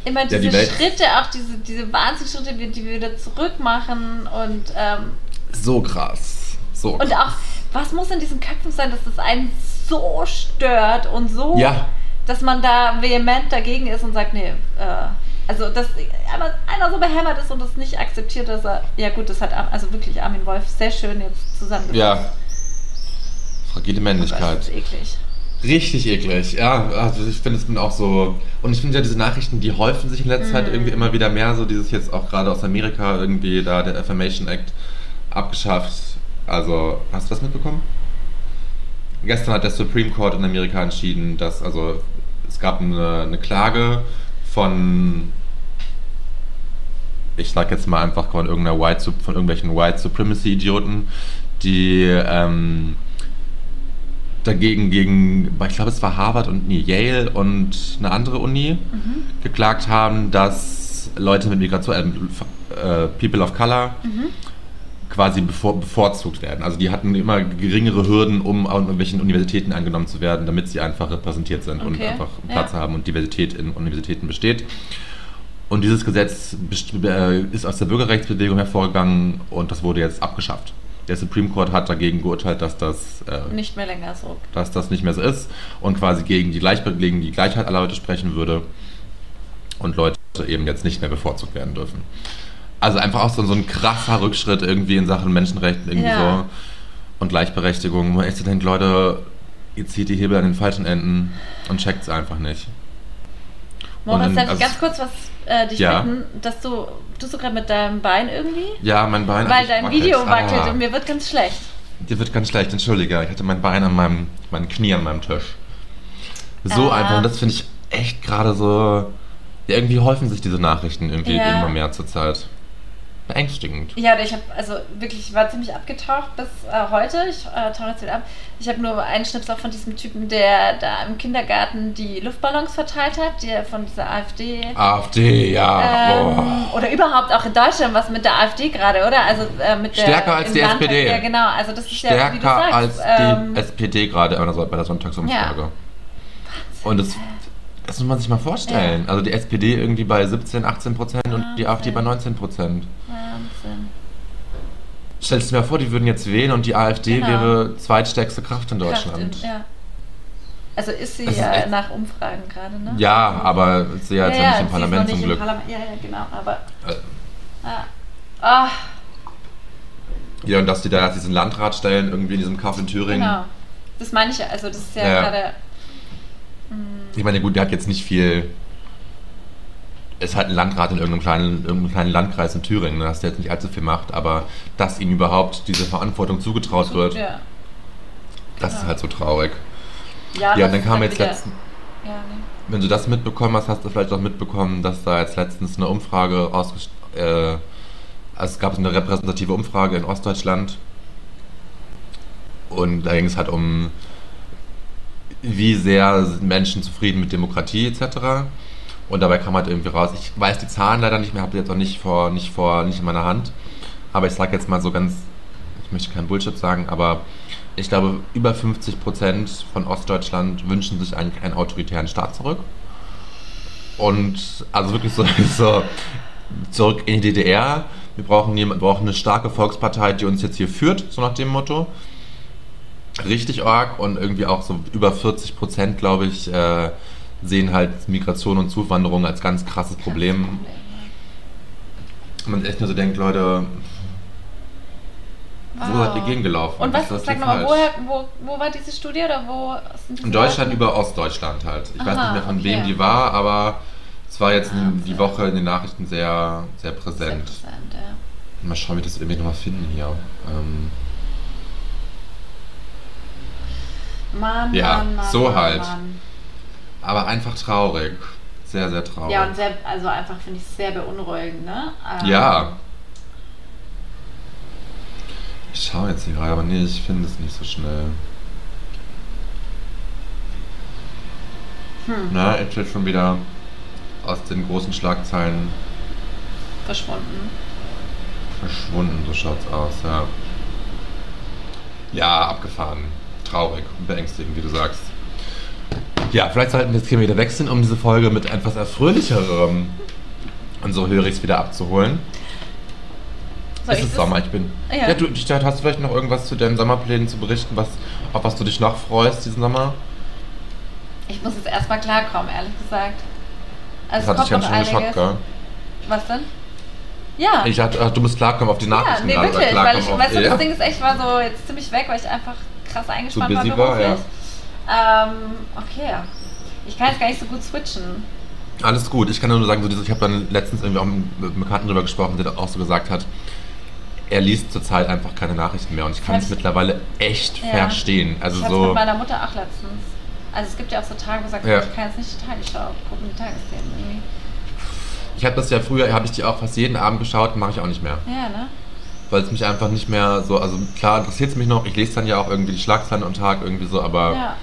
Immer
Ja,
diese
die Welt-
Schritte, auch diese, diese Wahnsinnsschritte, die die wir wieder zurück machen und ähm,
So krass. So.
Und auch, was muss in diesen Köpfen sein, dass das einen so stört und so,
ja,
dass man da vehement dagegen ist und sagt, nee, äh, also dass einer, einer so behämmert ist und das nicht akzeptiert, dass er, ja gut, das hat Ar- also wirklich Armin Wolf sehr schön jetzt zusammengefasst.
ja. Fragile
Aber es
Männlichkeit.
ist eklig.
Richtig eklig, ja. Also ich finde es bin auch so. Und ich finde ja diese Nachrichten, die häufen sich in letzter Zeit irgendwie immer wieder mehr. So dieses jetzt auch gerade aus Amerika irgendwie da der Affirmation Act abgeschafft. Also hast du das mitbekommen? Gestern hat der Supreme Court in Amerika entschieden, dass also es gab eine, eine Klage von ich sag jetzt mal einfach von irgendeiner White Sup- von irgendwelchen White Supremacy Idioten, die ähm, dagegen gegen, ich glaube, es war Harvard und nee, Yale und eine andere Uni
Mhm.
geklagt haben, dass Leute mit Migration, äh, äh, People of Color,
Mhm.
quasi bevor, bevorzugt werden. Also die hatten immer geringere Hürden, um an irgendwelchen Universitäten angenommen zu werden, damit sie einfach repräsentiert sind und
Okay,
einfach
ja.
Platz haben und Diversität in Universitäten besteht. Und dieses Gesetz best- äh, ist aus der Bürgerrechtsbewegung hervorgegangen und das wurde jetzt abgeschafft. Der Supreme Court hat dagegen geurteilt, dass das äh,
Nicht mehr länger so.
dass das nicht mehr so ist und quasi gegen die, Gleich gegen die Gleichheit aller Leute sprechen würde und Leute eben jetzt nicht mehr bevorzugt werden dürfen. Also einfach auch so, so ein krasser Rückschritt irgendwie in Sachen Menschenrechten irgendwie
Ja.
so und Gleichberechtigung, wo man echt so denkt, Leute, ihr zieht die Hebel an den falschen Enden und checkt es einfach nicht.
Moritz,
dann-
darf ich
also-
ganz kurz was äh, dich
Ja.
bitten, dass du, tust du gerade mit deinem Bein irgendwie?
Ja, mein Bein
Weil
ich
dein Video wackelt
Ah,
und mir wird ganz schlecht.
Dir wird ganz schlecht, entschuldige. Ich hatte mein Bein an meinem, mein Knie an meinem Tisch. So
Ah.
einfach. Und das finde ich echt gerade so. Ja, irgendwie häufen sich diese Nachrichten irgendwie
Ja.
immer mehr zurzeit. Beängstigend.
Ja, ich habe also wirklich ich war ziemlich abgetaucht bis äh, heute. Ich äh, tauche jetzt wieder ab. Ich habe nur einen Schnipsel auch von diesem Typen, der da im Kindergarten die Luftballons verteilt hat, die er von dieser AfD.
AfD, ja.
Ähm,
boah.
oder überhaupt auch in Deutschland was mit der AfD gerade, oder? Also äh, mit der
Stärker als
im
die
Landtag-
SPD.
Ja, genau. Also das ist ja wie du
Stärker
sagst,
als
ähm,
die SPD gerade bei der- bei der Sonntagsumfrage.
Ja.
Und das, das muss man sich mal vorstellen. Also die SPD irgendwie bei 17, 18 Prozent und die
Ah,
AfD bei 19 Prozent.
Wahnsinn.
Stellst du mir vor, die würden jetzt wählen und die AfD
Genau.
wäre zweitstärkste Kraft in
Kraft
Deutschland.
in- ja. Also ist sie
Das ist
ja
echt-
nach Umfragen gerade, ne?
Ja, aber ist sie ja jetzt ja, nicht im
sie ist noch
Parlament
nicht
zum
im
Glück.
Parlament. Ja, ja, genau, aber.
Äh.
Ah. Ah,
ja, und dass die da jetzt diesen Landrat stellen, irgendwie in diesem Kaff in Thüringen.
genau. Das meine ich ja, also das ist ja,
Ja.
gerade.
Ich meine, gut, der hat jetzt nicht viel. Es hat ein Landrat in irgendeinem kleinen, irgendeinem kleinen Landkreis in Thüringen, ne, dass der jetzt nicht allzu viel macht, aber dass ihm überhaupt diese Verantwortung zugetraut wird,
Ja,
das ist halt so traurig. ja,
ja, das
und dann
ist
kam
halt
jetzt
wieder-
letztens,
Ja, nee.
wenn du das mitbekommen hast, hast du vielleicht auch mitbekommen, dass da jetzt letztens eine Umfrage ausgest äh, also es gab eine repräsentative Umfrage in Ostdeutschland und da ging es halt um wie sehr sind Menschen zufrieden mit Demokratie etc. Und dabei kam halt irgendwie raus, ich weiß die Zahlen leider nicht mehr, habe die jetzt auch nicht vor, nicht vor, nicht in meiner Hand. Aber ich sage jetzt mal so ganz, ich möchte keinen Bullshit sagen, aber ich glaube, über 50 Prozent von Ostdeutschland wünschen sich eigentlich einen autoritären Staat zurück. Und also wirklich so, so zurück in die DDR. Wir brauchen, jemand, wir brauchen eine starke Volkspartei, die uns jetzt hier führt, so nach dem Motto. Richtig arg und irgendwie auch so über 40 Prozent, glaube ich, äh, sehen halt Migration und Zuwanderung als ganz krasses Problem. Man echt nur so denkt, Leute,
Was
Wo seid ihr gegengelaufen?
Ah. Und was,
Ist das
sag
hier
nochmal,
falsch?
woher, wo, wo war diese Studie oder wo sind diese
In Deutschland
Leute?
über Ostdeutschland halt. Ich weiß
Aha,
nicht mehr von wem
okay.
die war, aber es war jetzt
Ah,
die
sehr.
Woche in den Nachrichten sehr, sehr
Sehr
präsent.
interessant, ja.
Mal schauen, wie wir das irgendwie nochmal finden hier. Ähm,
Mann,
Ja,
Mann, Mann,
so
Mann,
halt.
Mann.
aber einfach traurig. Sehr, sehr traurig.
Ja, und sehr, also einfach finde ich es sehr beunruhigend, ne? Ähm,
Ja. Ich schaue jetzt hier gerade, aber nee, ich finde es nicht so schnell.
Hm,
Na, jetzt wird schon wieder aus den großen Schlagzeilen
verschwunden.
verschwunden, so schaut's aus, ja. Ja, abgefahren. Traurig und beängstigend, wie du sagst. Ja, vielleicht sollten wir jetzt hier wieder wechseln, um diese Folge mit etwas erfröhlicherem unsere Hörigs wieder abzuholen.
Soll
es
ich
ist
das- Ah,
Sommer, ich bin.
Ja.
Ja, du, ich dachte, hast du vielleicht noch irgendwas zu deinen Sommerplänen zu berichten, was, auf was du dich noch freust diesen Sommer?
Ich muss jetzt erstmal klarkommen, ehrlich gesagt.
Das
Also
hat
es
dich ganz
kommt
schön
noch
geschockt,
einiges.
gell?
Was denn? Ja.
Ich dachte, ach, du musst klarkommen auf die
ja,
Nachrichten
nee,
gerade, oder
wirklich, weil ich,
klarkommen
weißt
auf,
du, das
ja.
Ding ist echt, ich war so jetzt ziemlich weg, weil ich einfach krass eingespannt
So busy
war
war,
beruflich. Ähm, okay. Ich kann jetzt gar nicht so gut switchen.
Alles gut, ich kann nur sagen, so dieses, ich habe dann letztens irgendwie auch mit einem Bekannten drüber gesprochen, der auch so gesagt hat, er liest zurzeit einfach keine Nachrichten mehr und ich kann es
Selbst-
mittlerweile echt
Ja.
verstehen. Also
ich hab's
so,
mit meiner Mutter auch letztens. Also es gibt ja auch so Tage, wo du sagst,
Ja.
ich kann jetzt nicht die Tagesschau gucken, die Tagesthemen irgendwie.
ich habe das ja früher, habe ich die auch fast jeden Abend geschaut, mache ich auch nicht mehr.
Ja, ne?
Weil es mich einfach nicht mehr so, also klar interessiert es mich noch, ich lese dann ja auch irgendwie die Schlagzeilen am Tag irgendwie so, aber
Ja.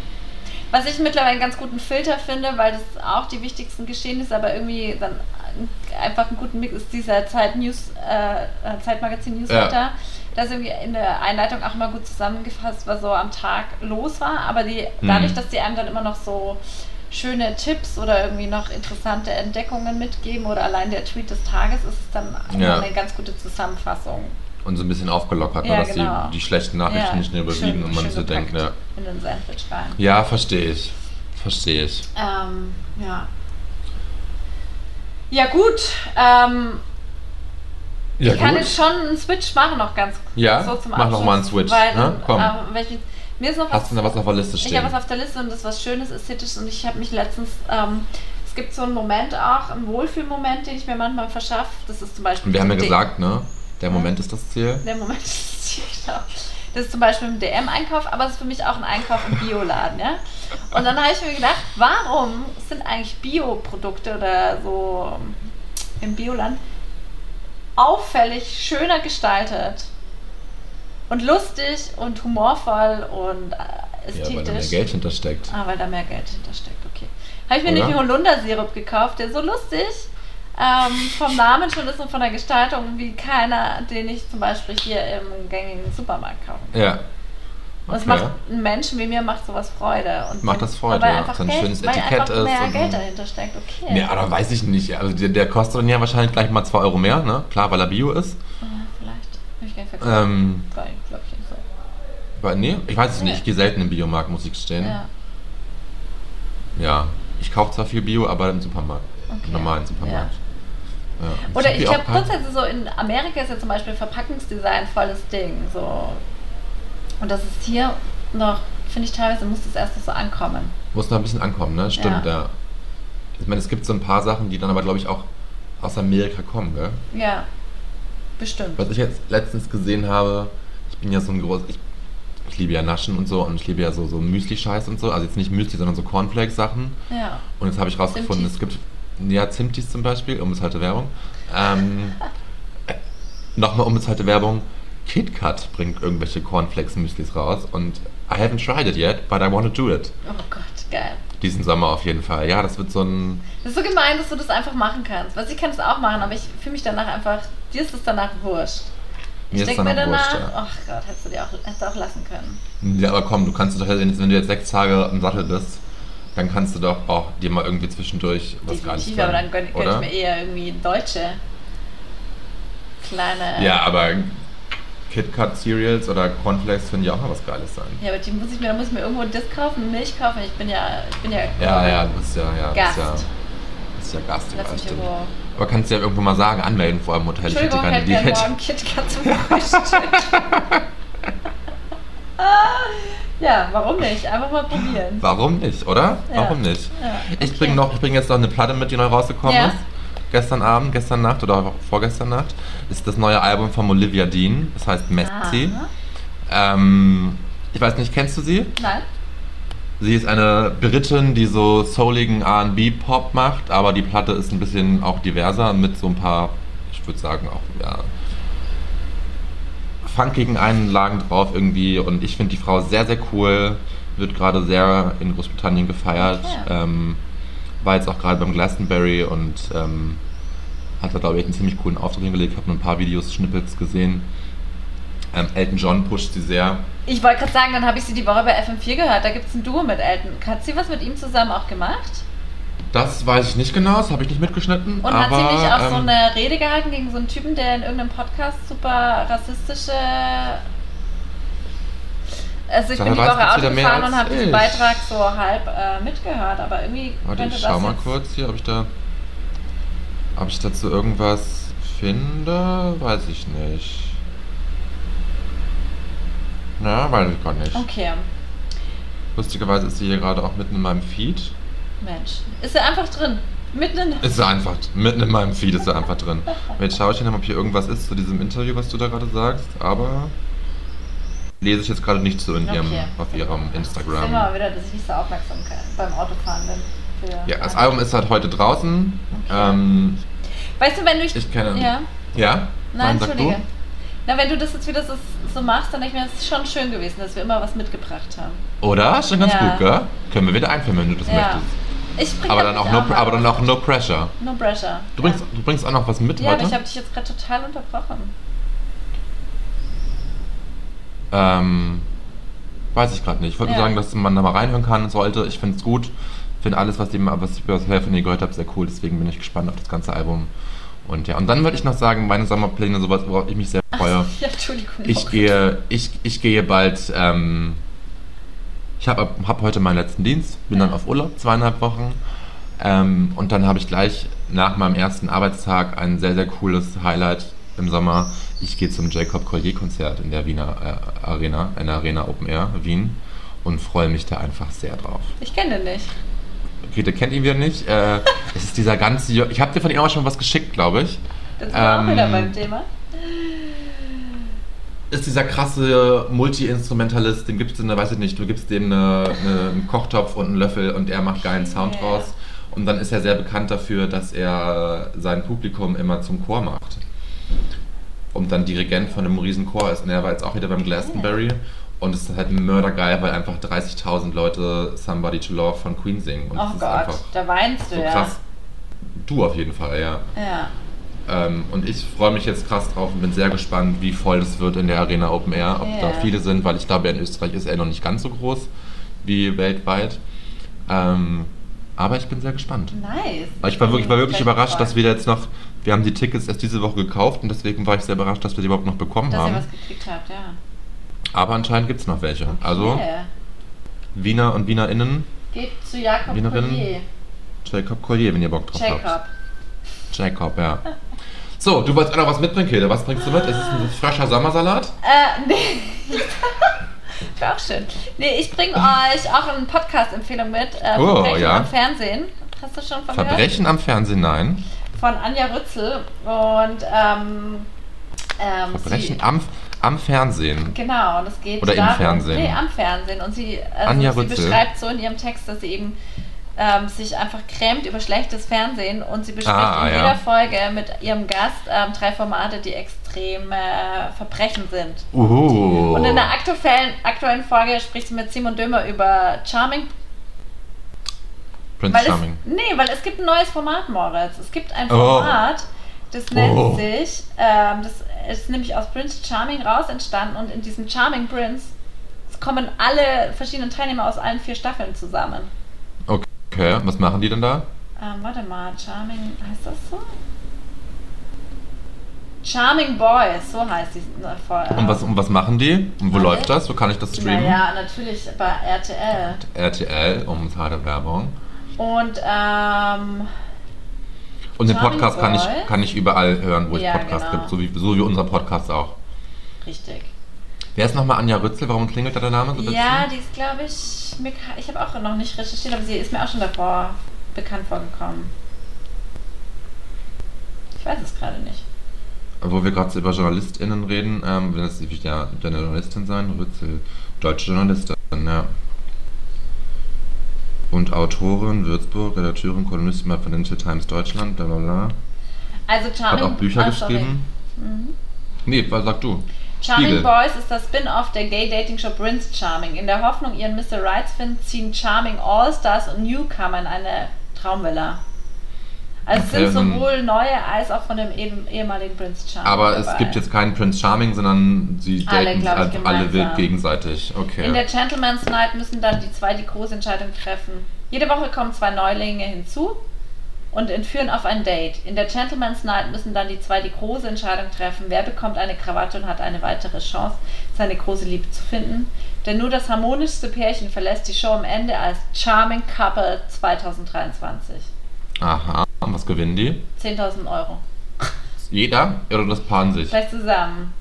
Was ich mittlerweile einen ganz guten Filter finde, weil das auch die wichtigsten Geschehnisse, aber irgendwie dann einfach einen guten Mix ist dieser Zeit News, äh, Zeitmagazin Newsletter.
Ja.
Da ist irgendwie in der Einleitung auch immer gut zusammengefasst, was so am Tag los war, aber die, dadurch,
Mhm.
dass die einem dann immer noch so schöne Tipps oder irgendwie noch interessante Entdeckungen mitgeben oder allein der Tweet des Tages ist es dann immer
Ja.
eine ganz gute Zusammenfassung.
und so ein bisschen aufgelockert, ne,
Ja,
dass
genau.
die, die schlechten Nachrichten
Ja,
nicht mehr überwiegen
schön-
und man
schön
so denkt, ne,
gepackt In den Sandwich rein.
ja, verstehe ich, verstehe ich.
Ähm, ja. Ja, gut. Ähm,
Ja,
ich kann jetzt schon einen Switch machen, noch ganz
Ja,
so zum
mach noch
Abschluss,
mal einen Switch,
Weil,
ne? Komm.
ähm, weil ich, mir ist noch was,
Hast du da was auf der Liste
ich habe
stehen?
was auf der Liste und das ist was Schönes, Ästhetisches und ich habe mich letztens, ähm, es gibt so einen Moment auch, einen Wohlfühlmoment, den ich mir manchmal verschaffe. Das ist zum Beispiel.
Und wir haben ja
mit dem-
gesagt, ne, der Moment ist das Ziel.
Der Moment ist hier, genau. Das ist zum Beispiel ein DM-Einkauf, aber es ist für mich auch ein Einkauf im Bioladen, ja. Und dann habe ich mir gedacht, warum sind eigentlich Bioprodukte oder so im Bioland auffällig schöner gestaltet und lustig und humorvoll und äh,
Ja, weil da mehr
ästhetisch?
Geld hintersteckt.
ah, weil da mehr Geld hintersteckt, okay. Habe ich mir
Oder?
nämlich einen Holundersirup gekauft, der so lustig ähm, vom Namen schon ist und von der Gestaltung wie keiner, den ich zum Beispiel hier im gängigen Supermarkt kaufe.
Ja.
Und es macht einen Menschen wie mir macht sowas Freude. Und
Macht das Freude,
weil
ja.
einfach
So ein
Geld,
schönes
weil
Etikett
einfach
ist
mehr
und-
Geld dahinter steckt, okay.
Nee, aber weiß ich nicht. Also der, der kostet dann ja wahrscheinlich gleich mal 2 Euro mehr, ne? Klar, weil er Bio ist.
Ja, vielleicht. Hab ich gar nicht vergessen.
Ähm,
Gar nicht, glaub ich nicht so.
aber nee, ich weiß es
Nee.
nicht. Ich gehe selten im Biomarkt, muss ich gestehen. Ja.
Ja,
Ich kaufe zwar viel Bio, aber im Supermarkt.
okay.
Im normalen Supermarkt. Ja. Und
Oder
hab
ich
hier auch
glaube
kein-
grundsätzlich so, in Amerika ist ja zum Beispiel Verpackungsdesign volles Ding. So. Und das ist hier noch, finde ich teilweise, muss das erst noch so ankommen.
Muss noch ein bisschen ankommen, ne? Stimmt, ja. Ich meine, es gibt so ein paar Sachen, die dann aber, glaube ich, auch aus Amerika kommen, gell?
Ja, bestimmt.
Was ich jetzt letztens gesehen habe, ich bin ja so ein groß. Ich, ich liebe ja Naschen und so und ich liebe ja so, so Müsli-Scheiß und so. Also jetzt nicht Müsli, sondern so Cornflakes-Sachen.
Ja.
Und jetzt habe ich rausgefunden,
Zimtis.
es gibt. Ja, Zimtis zum Beispiel, unbezahlte Werbung. Ähm, äh, Nochmal unbezahlte Werbung. KitKat bringt irgendwelche Cornflakes-Müslis raus und I haven't tried it yet, but I want to do it.
Oh Gott, geil.
Diesen Sommer auf jeden Fall. Ja, das wird so ein.
Das ist so gemein, dass du das einfach machen kannst. Was ich kann es auch machen, aber ich fühle mich danach einfach, dir ist es danach wurscht.
Mir
ich
ist
denke
dann
mir
auch wurscht. ja.
danach, ach Gott, hättest du dir auch, hättest du auch lassen können.
Ja, aber komm, du kannst doch, wenn du jetzt sechs Tage im Sattel bist, dann kannst du doch auch dir mal irgendwie zwischendurch was gar nicht
Definitiv, aber dann gönne gönn ich
oder?
mir eher irgendwie deutsche kleine.
Ja, aber KitKat Cereals oder Cornflakes können ja auch mal was Geiles sein.
Ja, aber die muss ich mir, da muss ich mir irgendwo das kaufen, Milch kaufen. Ich bin ja, ich bin ja.
Ja, ja, du bist ja, ja,
Gast.
bist ja, bist ja Gast,
Lass
ja,
mich
stimmt.
irgendwo.
Aber kannst du ja irgendwo mal sagen, anmelden vor einem Hotel, ich hätte
Entschuldigung,
gerne
hätte gerne
Diät.
morgen KitKat zum Frühstück. Ah, Ja, warum nicht? Einfach mal probieren.
Warum nicht, oder?
Ja.
Warum nicht?
Ja,
Ich
okay.
bringe noch, ich bringe jetzt noch eine Platte mit, die neu rausgekommen
Ja.
ist. Gestern Abend, gestern Nacht oder auch vorgestern Nacht ist das neue Album von Olivia Dean. Das heißt Messi.
Aha.
Ähm, ich weiß nicht, kennst du sie?
Nein?
Sie ist eine Britin, die so souligen R&B-Pop macht, aber die Platte ist ein bisschen auch diverser mit so ein paar, ich würde sagen auch ja, funkigen Einlagen drauf irgendwie. Und ich finde die Frau sehr, sehr cool. Wird gerade sehr in Großbritannien gefeiert.
Okay.
Ähm, war jetzt auch gerade beim Glastonbury und ähm, hat da, glaube ich, einen ziemlich coolen Auftritt hingelegt. Habe nur ein paar Videos, Snippets gesehen. Ähm, Elton John pusht sie sehr.
Ich wollte gerade sagen, dann habe ich sie die Woche bei FM4 gehört. Da gibt es ein Duo mit Elton. Hat sie was mit ihm zusammen auch gemacht?
Das weiß ich nicht genau, das habe ich nicht mitgeschnitten.
Und
aber,
hat sie nicht auch so
ähm,
eine Rede gehalten gegen so einen Typen, der in irgendeinem Podcast super rassistische. Also ich
Da
bin die
weiß
Woche
jetzt
Auto
wieder mehr
gefahren und
als
habe diesen
ich.
Beitrag so halb äh, mitgehört, aber irgendwie
Warte,
könnte
ich
das
schau mal
jetzt-
kurz hier, ob ich da. Ob ich dazu irgendwas finde, weiß ich nicht. Na, weiß ich gar nicht.
Okay,
Lustigerweise ist sie hier gerade auch mitten in meinem Feed.
Mensch. Ist er einfach drin? Mitten in
Ist sie einfach, mitten in meinem Feed ist sie einfach drin. Und Jetzt schaue ich dann, ob hier irgendwas ist zu diesem Interview, was du da gerade sagst, aber lese ich jetzt gerade nicht so in ihrem,
Okay.
auf ihrem
Ich sehe mal
Instagram.
wieder, dass ich nicht so aufmerksam kann- beim Autofahren bin. Für-
Ja, das Album ist halt heute draußen.
Okay.
Ähm,
Weißt du, wenn du.
Ich kenne.
Ja.
Ja?
Nein,
sag
Entschuldige. Na, wenn du das jetzt wieder so, so machst, dann denke ich mir, es ist schon schön gewesen, dass wir immer was mitgebracht haben.
Du? Oder? Schon ganz
Ja.
gut, gell? Können wir wieder einführen, wenn du das
ja.
möchtest.
Ich bring
Aber
halt
dann, auch
nicht
no,
mal
aber dann
was.
auch No Pressure.
No pressure.
Du bringst,
ja.
du bringst auch noch was mit
Ja, aber
heute.
ich habe dich jetzt gerade total unterbrochen.
ähm, weiß ich gerade nicht. Ich wollte nur
Ja.
sagen, dass man da mal reinhören kann und sollte. Ich finde es gut. Ich finde alles, was, die, was ich bisher von ihr gehört habe, sehr cool. Deswegen bin ich gespannt auf das ganze Album. Und ja, und dann würde ich noch sagen, meine Sommerpläne, sowas, worauf ich mich sehr freue.
Ja, Entschuldigung.
Ich gehe, ich, ich gehe bald. Ähm, ich habe ab- hab heute meinen letzten Dienst, bin dann
Ja.
auf Urlaub, zweieinhalb Wochen. Ähm, und dann habe ich gleich nach meinem ersten Arbeitstag ein sehr, sehr cooles Highlight im Sommer. Ich gehe zum Jacob Collier-Konzert in der Wiener äh, Arena, in der Arena Open Air Wien und freue mich da einfach sehr drauf.
Ich kenne den nicht.
Grete kennt ihn wieder nicht. Äh, es ist dieser ganze. Jo- Ich habe dir von ihm auch schon was geschickt, glaube ich.
Jetzt sind wir auch
Ähm,
wieder beim Thema.
ist dieser krasse Multi-Instrumentalist, dem gibst du eine, weiß ich nicht, du gibst dem eine, eine, einen Kochtopf und einen Löffel und er macht geilen Sound
Ja.
raus. Und dann ist er sehr bekannt dafür, dass er sein Publikum immer zum Chor macht. Und dann Dirigent von einem riesen Chor ist. Und er war jetzt auch wieder beim Glastonbury. Und es ist halt mördergeil, weil einfach 30.000 Leute Somebody to Love von Queen singen. Und
Oh
das ist
Gott,
einfach
da weinst du
so
ja.
krass. Du auf jeden Fall, ja.
Ja.
Ähm, und ich freue mich jetzt krass drauf und bin sehr gespannt, wie voll das wird in der Arena Open Air, ob
Ja.
da viele sind, weil ich glaube, in Österreich ist er noch nicht ganz so groß wie weltweit. Ähm, aber ich bin sehr gespannt.
Nice.
Weil Ich war wirklich, ich war wirklich
Vielleicht
überrascht, dass wir
freuen,
jetzt noch, wir haben die Tickets erst diese Woche gekauft und deswegen war ich sehr überrascht, dass wir die überhaupt noch bekommen
Dass ihr
haben.
was gekriegt habt, ja.
Aber anscheinend gibt es noch welche. Also
Yeah.
Wiener und WienerInnen,
Geht zu Jakob
Wienerin?
Collier.
Jacob Collier, wenn ihr Bock drauf habt.
Jacob.
Jacob, ja. So, du wolltest auch noch was mitbringen, Kede. Was bringst du mit? Ist es ein frischer Sommersalat?
Äh, nee. Wäre auch schön. Nee, ich bringe euch auch eine Podcast-Empfehlung mit. Äh,
Oh,
Verbrechen
ja.
am Fernsehen. Hast du schon von gehört?
Verbrechen am Fernsehen, nein.
Von Anja Rützel. Und, ähm, ähm,
Verbrechen
sie,
am, am Fernsehen.
Genau, und es geht
Oder im
darum,
Fernsehen.
Nee, am Fernsehen. Und sie, also
Anja
sie
Rützel.
beschreibt so in ihrem Text, dass sie eben ähm, sich einfach krämt über schlechtes Fernsehen und sie bespricht
Ah,
in
ja.
jeder Folge mit ihrem Gast ähm, drei Formate, die extrem äh, Verbrechen sind.
Uhu.
Und in der aktuellen, aktuellen Folge spricht sie mit Simon Dömer über Charming.
Prince
Weil
Charming.
Es, nee, weil es gibt ein neues Format, Moritz. Es gibt ein
Oh.
Format, das nennt
Oh.
sich, ähm, das ist nämlich aus Prince Charming raus entstanden und in diesem Charming Prince kommen alle verschiedenen Teilnehmer aus allen vier Staffeln zusammen.
Okay, was machen die denn da?
Ähm, warte mal, Charming, heißt das so? Charming Boys, so heißt die. ne, Fol-
Und was, und was machen die? Und wo
Alle?
läuft das? Wo kann ich das streamen?
Naja, natürlich bei RTL.
RTL, um harte Werbung.
Und ähm,
Und den
Charming
Podcast kann
Boy?
ich, kann ich überall hören, wo es
Ja,
Podcast
genau.
gibt, so wie, so wie unser Podcast auch.
richtig.
Wer ist nochmal Anja Rützel? Warum klingelt da der Name so ein
Ja, die ist, glaube ich, mir, ka- ich habe auch noch nicht recherchiert, aber sie ist mir auch schon davor bekannt vorgekommen. Ich weiß es gerade nicht.
bisschen? Wo wir gerade so über JournalistInnen reden, ähm, wenn das wird ja wird ja eine Journalistin sein, Rützel, deutsche Journalistin, ja. Und Autorin, Würzburg, Redakteurin, Kolumnistin bei Financial Times Deutschland, bla bla bla.
Also
Hat
Charming,
auch Bücher
ah, sorry.
geschrieben.
Mhm.
Nee, was sag du?
Charming
Spiegel.
Boys ist das Spin-off der Gay-Dating-Show Prince Charming. In der Hoffnung, ihren Mr. Rights finden, ziehen Charming All-Stars und Newcomer in eine Traumvilla. Also es
Okay,
sind
dann-
sowohl neue als auch von dem eben- ehemaligen Prince Charming.
Aber es
dabei.
gibt jetzt keinen Prince Charming, sondern sie
Ah, Alle,
daten halt
glaub ich,
alle, alle wild
gemeinsam.
gegenseitig. Okay.
In der Gentleman's Night müssen dann die zwei die große Entscheidung treffen. Jede Woche kommen zwei Neulinge hinzu und entführen auf ein Date. In der Gentleman's Night müssen dann die zwei die große Entscheidung treffen. Wer bekommt eine Krawatte und hat eine weitere Chance, seine große Liebe zu finden? Denn nur das harmonischste Pärchen verlässt die Show am Ende als Charming Couple 2023.
Aha, und was gewinnen die?
10.000 Euro.
Jeder oder das Paar sich?
Gleich zusammen.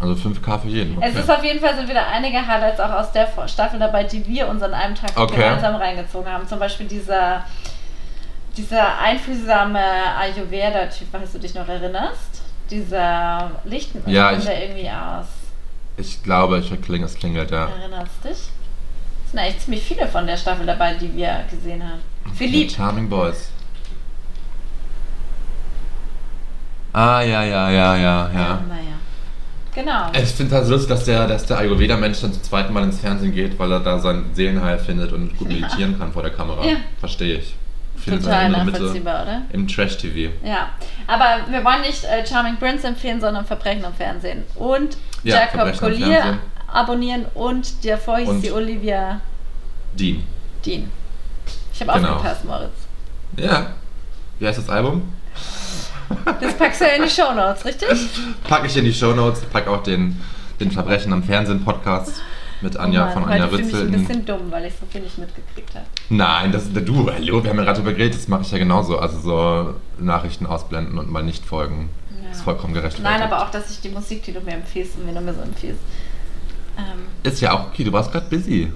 Also 5k für jeden. Okay.
Es ist halt auf jeden Fall sind wieder einige Highlights auch aus der Vor- Staffel dabei, die wir uns an einem Tag
Okay.
gemeinsam reingezogen haben. Zum Beispiel dieser, dieser einfühlsame Ayurveda-Typ, falls du dich noch erinnerst. Dieser Lichten
Ja,
sieht
ich-
der irgendwie aus.
ich glaube, ich klinge, es klingelt, ja.
Erinnerst dich? Es sind eigentlich ziemlich viele von der Staffel dabei, die wir gesehen haben.
Die
Philipp,
Charming Boys. Ah, ja, ja, ja, ja, ja. Äh,
naja. Genau.
Ich finde das lustig, dass der, dass der Ayurveda-Mensch dann zum zweiten Mal ins Fernsehen geht, weil er da sein Seelenheil findet und gut meditieren kann vor der Kamera.
Ja.
Verstehe ich. Findet
Total
man in der Mitte
nachvollziehbar, oder?
Im Trash-TV.
Ja, aber wir wollen nicht äh, Charming Prince empfehlen, sondern Verbrechen im Fernsehen. Und
Ja,
Jacob
Verbrechen am
Collier
Fernsehen.
abonnieren und der vorher hieß
Und-
die Olivia
Dean.
Dean. Ich habe
Genau.
aufgepasst, Moritz.
Ja. Wie heißt das Album?
Das packst du ja in die Shownotes, richtig?
Pack ich in die Shownotes, pack auch den, den Verbrechen am Fernsehen Podcast mit Anja
Oh Mann,
von Anja
heute fühle ich mich
Rützel.
ein
in-
bisschen dumm, weil ich so viel nicht mitgekriegt habe.
Nein, das ist du, hallo, wir haben ja gerade drüber geredet, das mache ich ja genauso. Also so Nachrichten ausblenden und mal nicht folgen.
Ja.
Ist vollkommen gerechtfertigt.
Nein, aber auch, dass ich die Musik, die du mir empfiehlst und mir nur mir so empfiehlst. Ähm,
Ist ja auch okay, du warst gerade busy.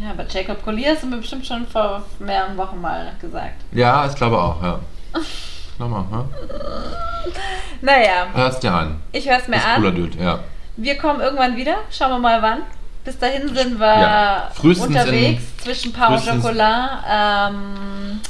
ja, aber Jacob Collier hast du mir bestimmt schon vor mehreren Wochen mal gesagt.
Ja, ich glaube auch, ja. Ich glaube auch, ja.
Naja,
Hörst dir an.
ich höre es mir
Ist
an.
cooler Dude, ja.
Wir kommen irgendwann wieder. Schauen wir mal wann. Bis dahin sind wir
Ja. Frühestens
unterwegs zwischen Paar und
frühestens-
Schokolade. Ähm,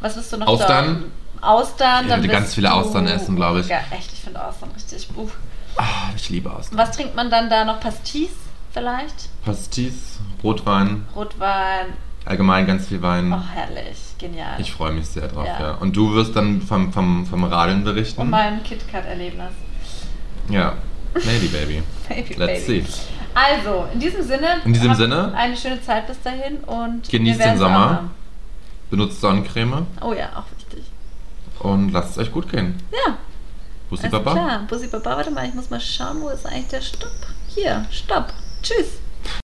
was wirst du noch
Austern?
Da? Austern.
Ich
dann
würde
bist
ganz viele
du-
Austern essen, glaube ich.
Ja, echt, ich finde Austern richtig. Uff.
Ah, ich liebe aus.
Was trinkt man dann da noch? Pastis vielleicht?
Pastis, Rotwein,
Rotwein.
allgemein ganz viel Wein.
Oh, herrlich. Genial.
Hm. Ich freue mich sehr drauf,
Ja.
ja. Und du wirst dann vom, vom, vom Radeln berichten?
und mein KitKat-Erlebnis.
ja. Maybe, baby.
Baby,
Let's see.
baby. Also, in diesem Sinne.
In diesem
habt
Sinne?
Eine schöne Zeit bis dahin und. wir
Genießt den
werden's auch
Sommer.
haben.
Benutzt Sonnencreme
Oh ja, auch wichtig.
und lasst es euch gut gehen.
Ja.
Bussi
Alles
Baba.
klar, Bussi Baba, warte mal, ich muss mal schauen, wo ist eigentlich der Stopp? Hier, Stopp. Tschüss.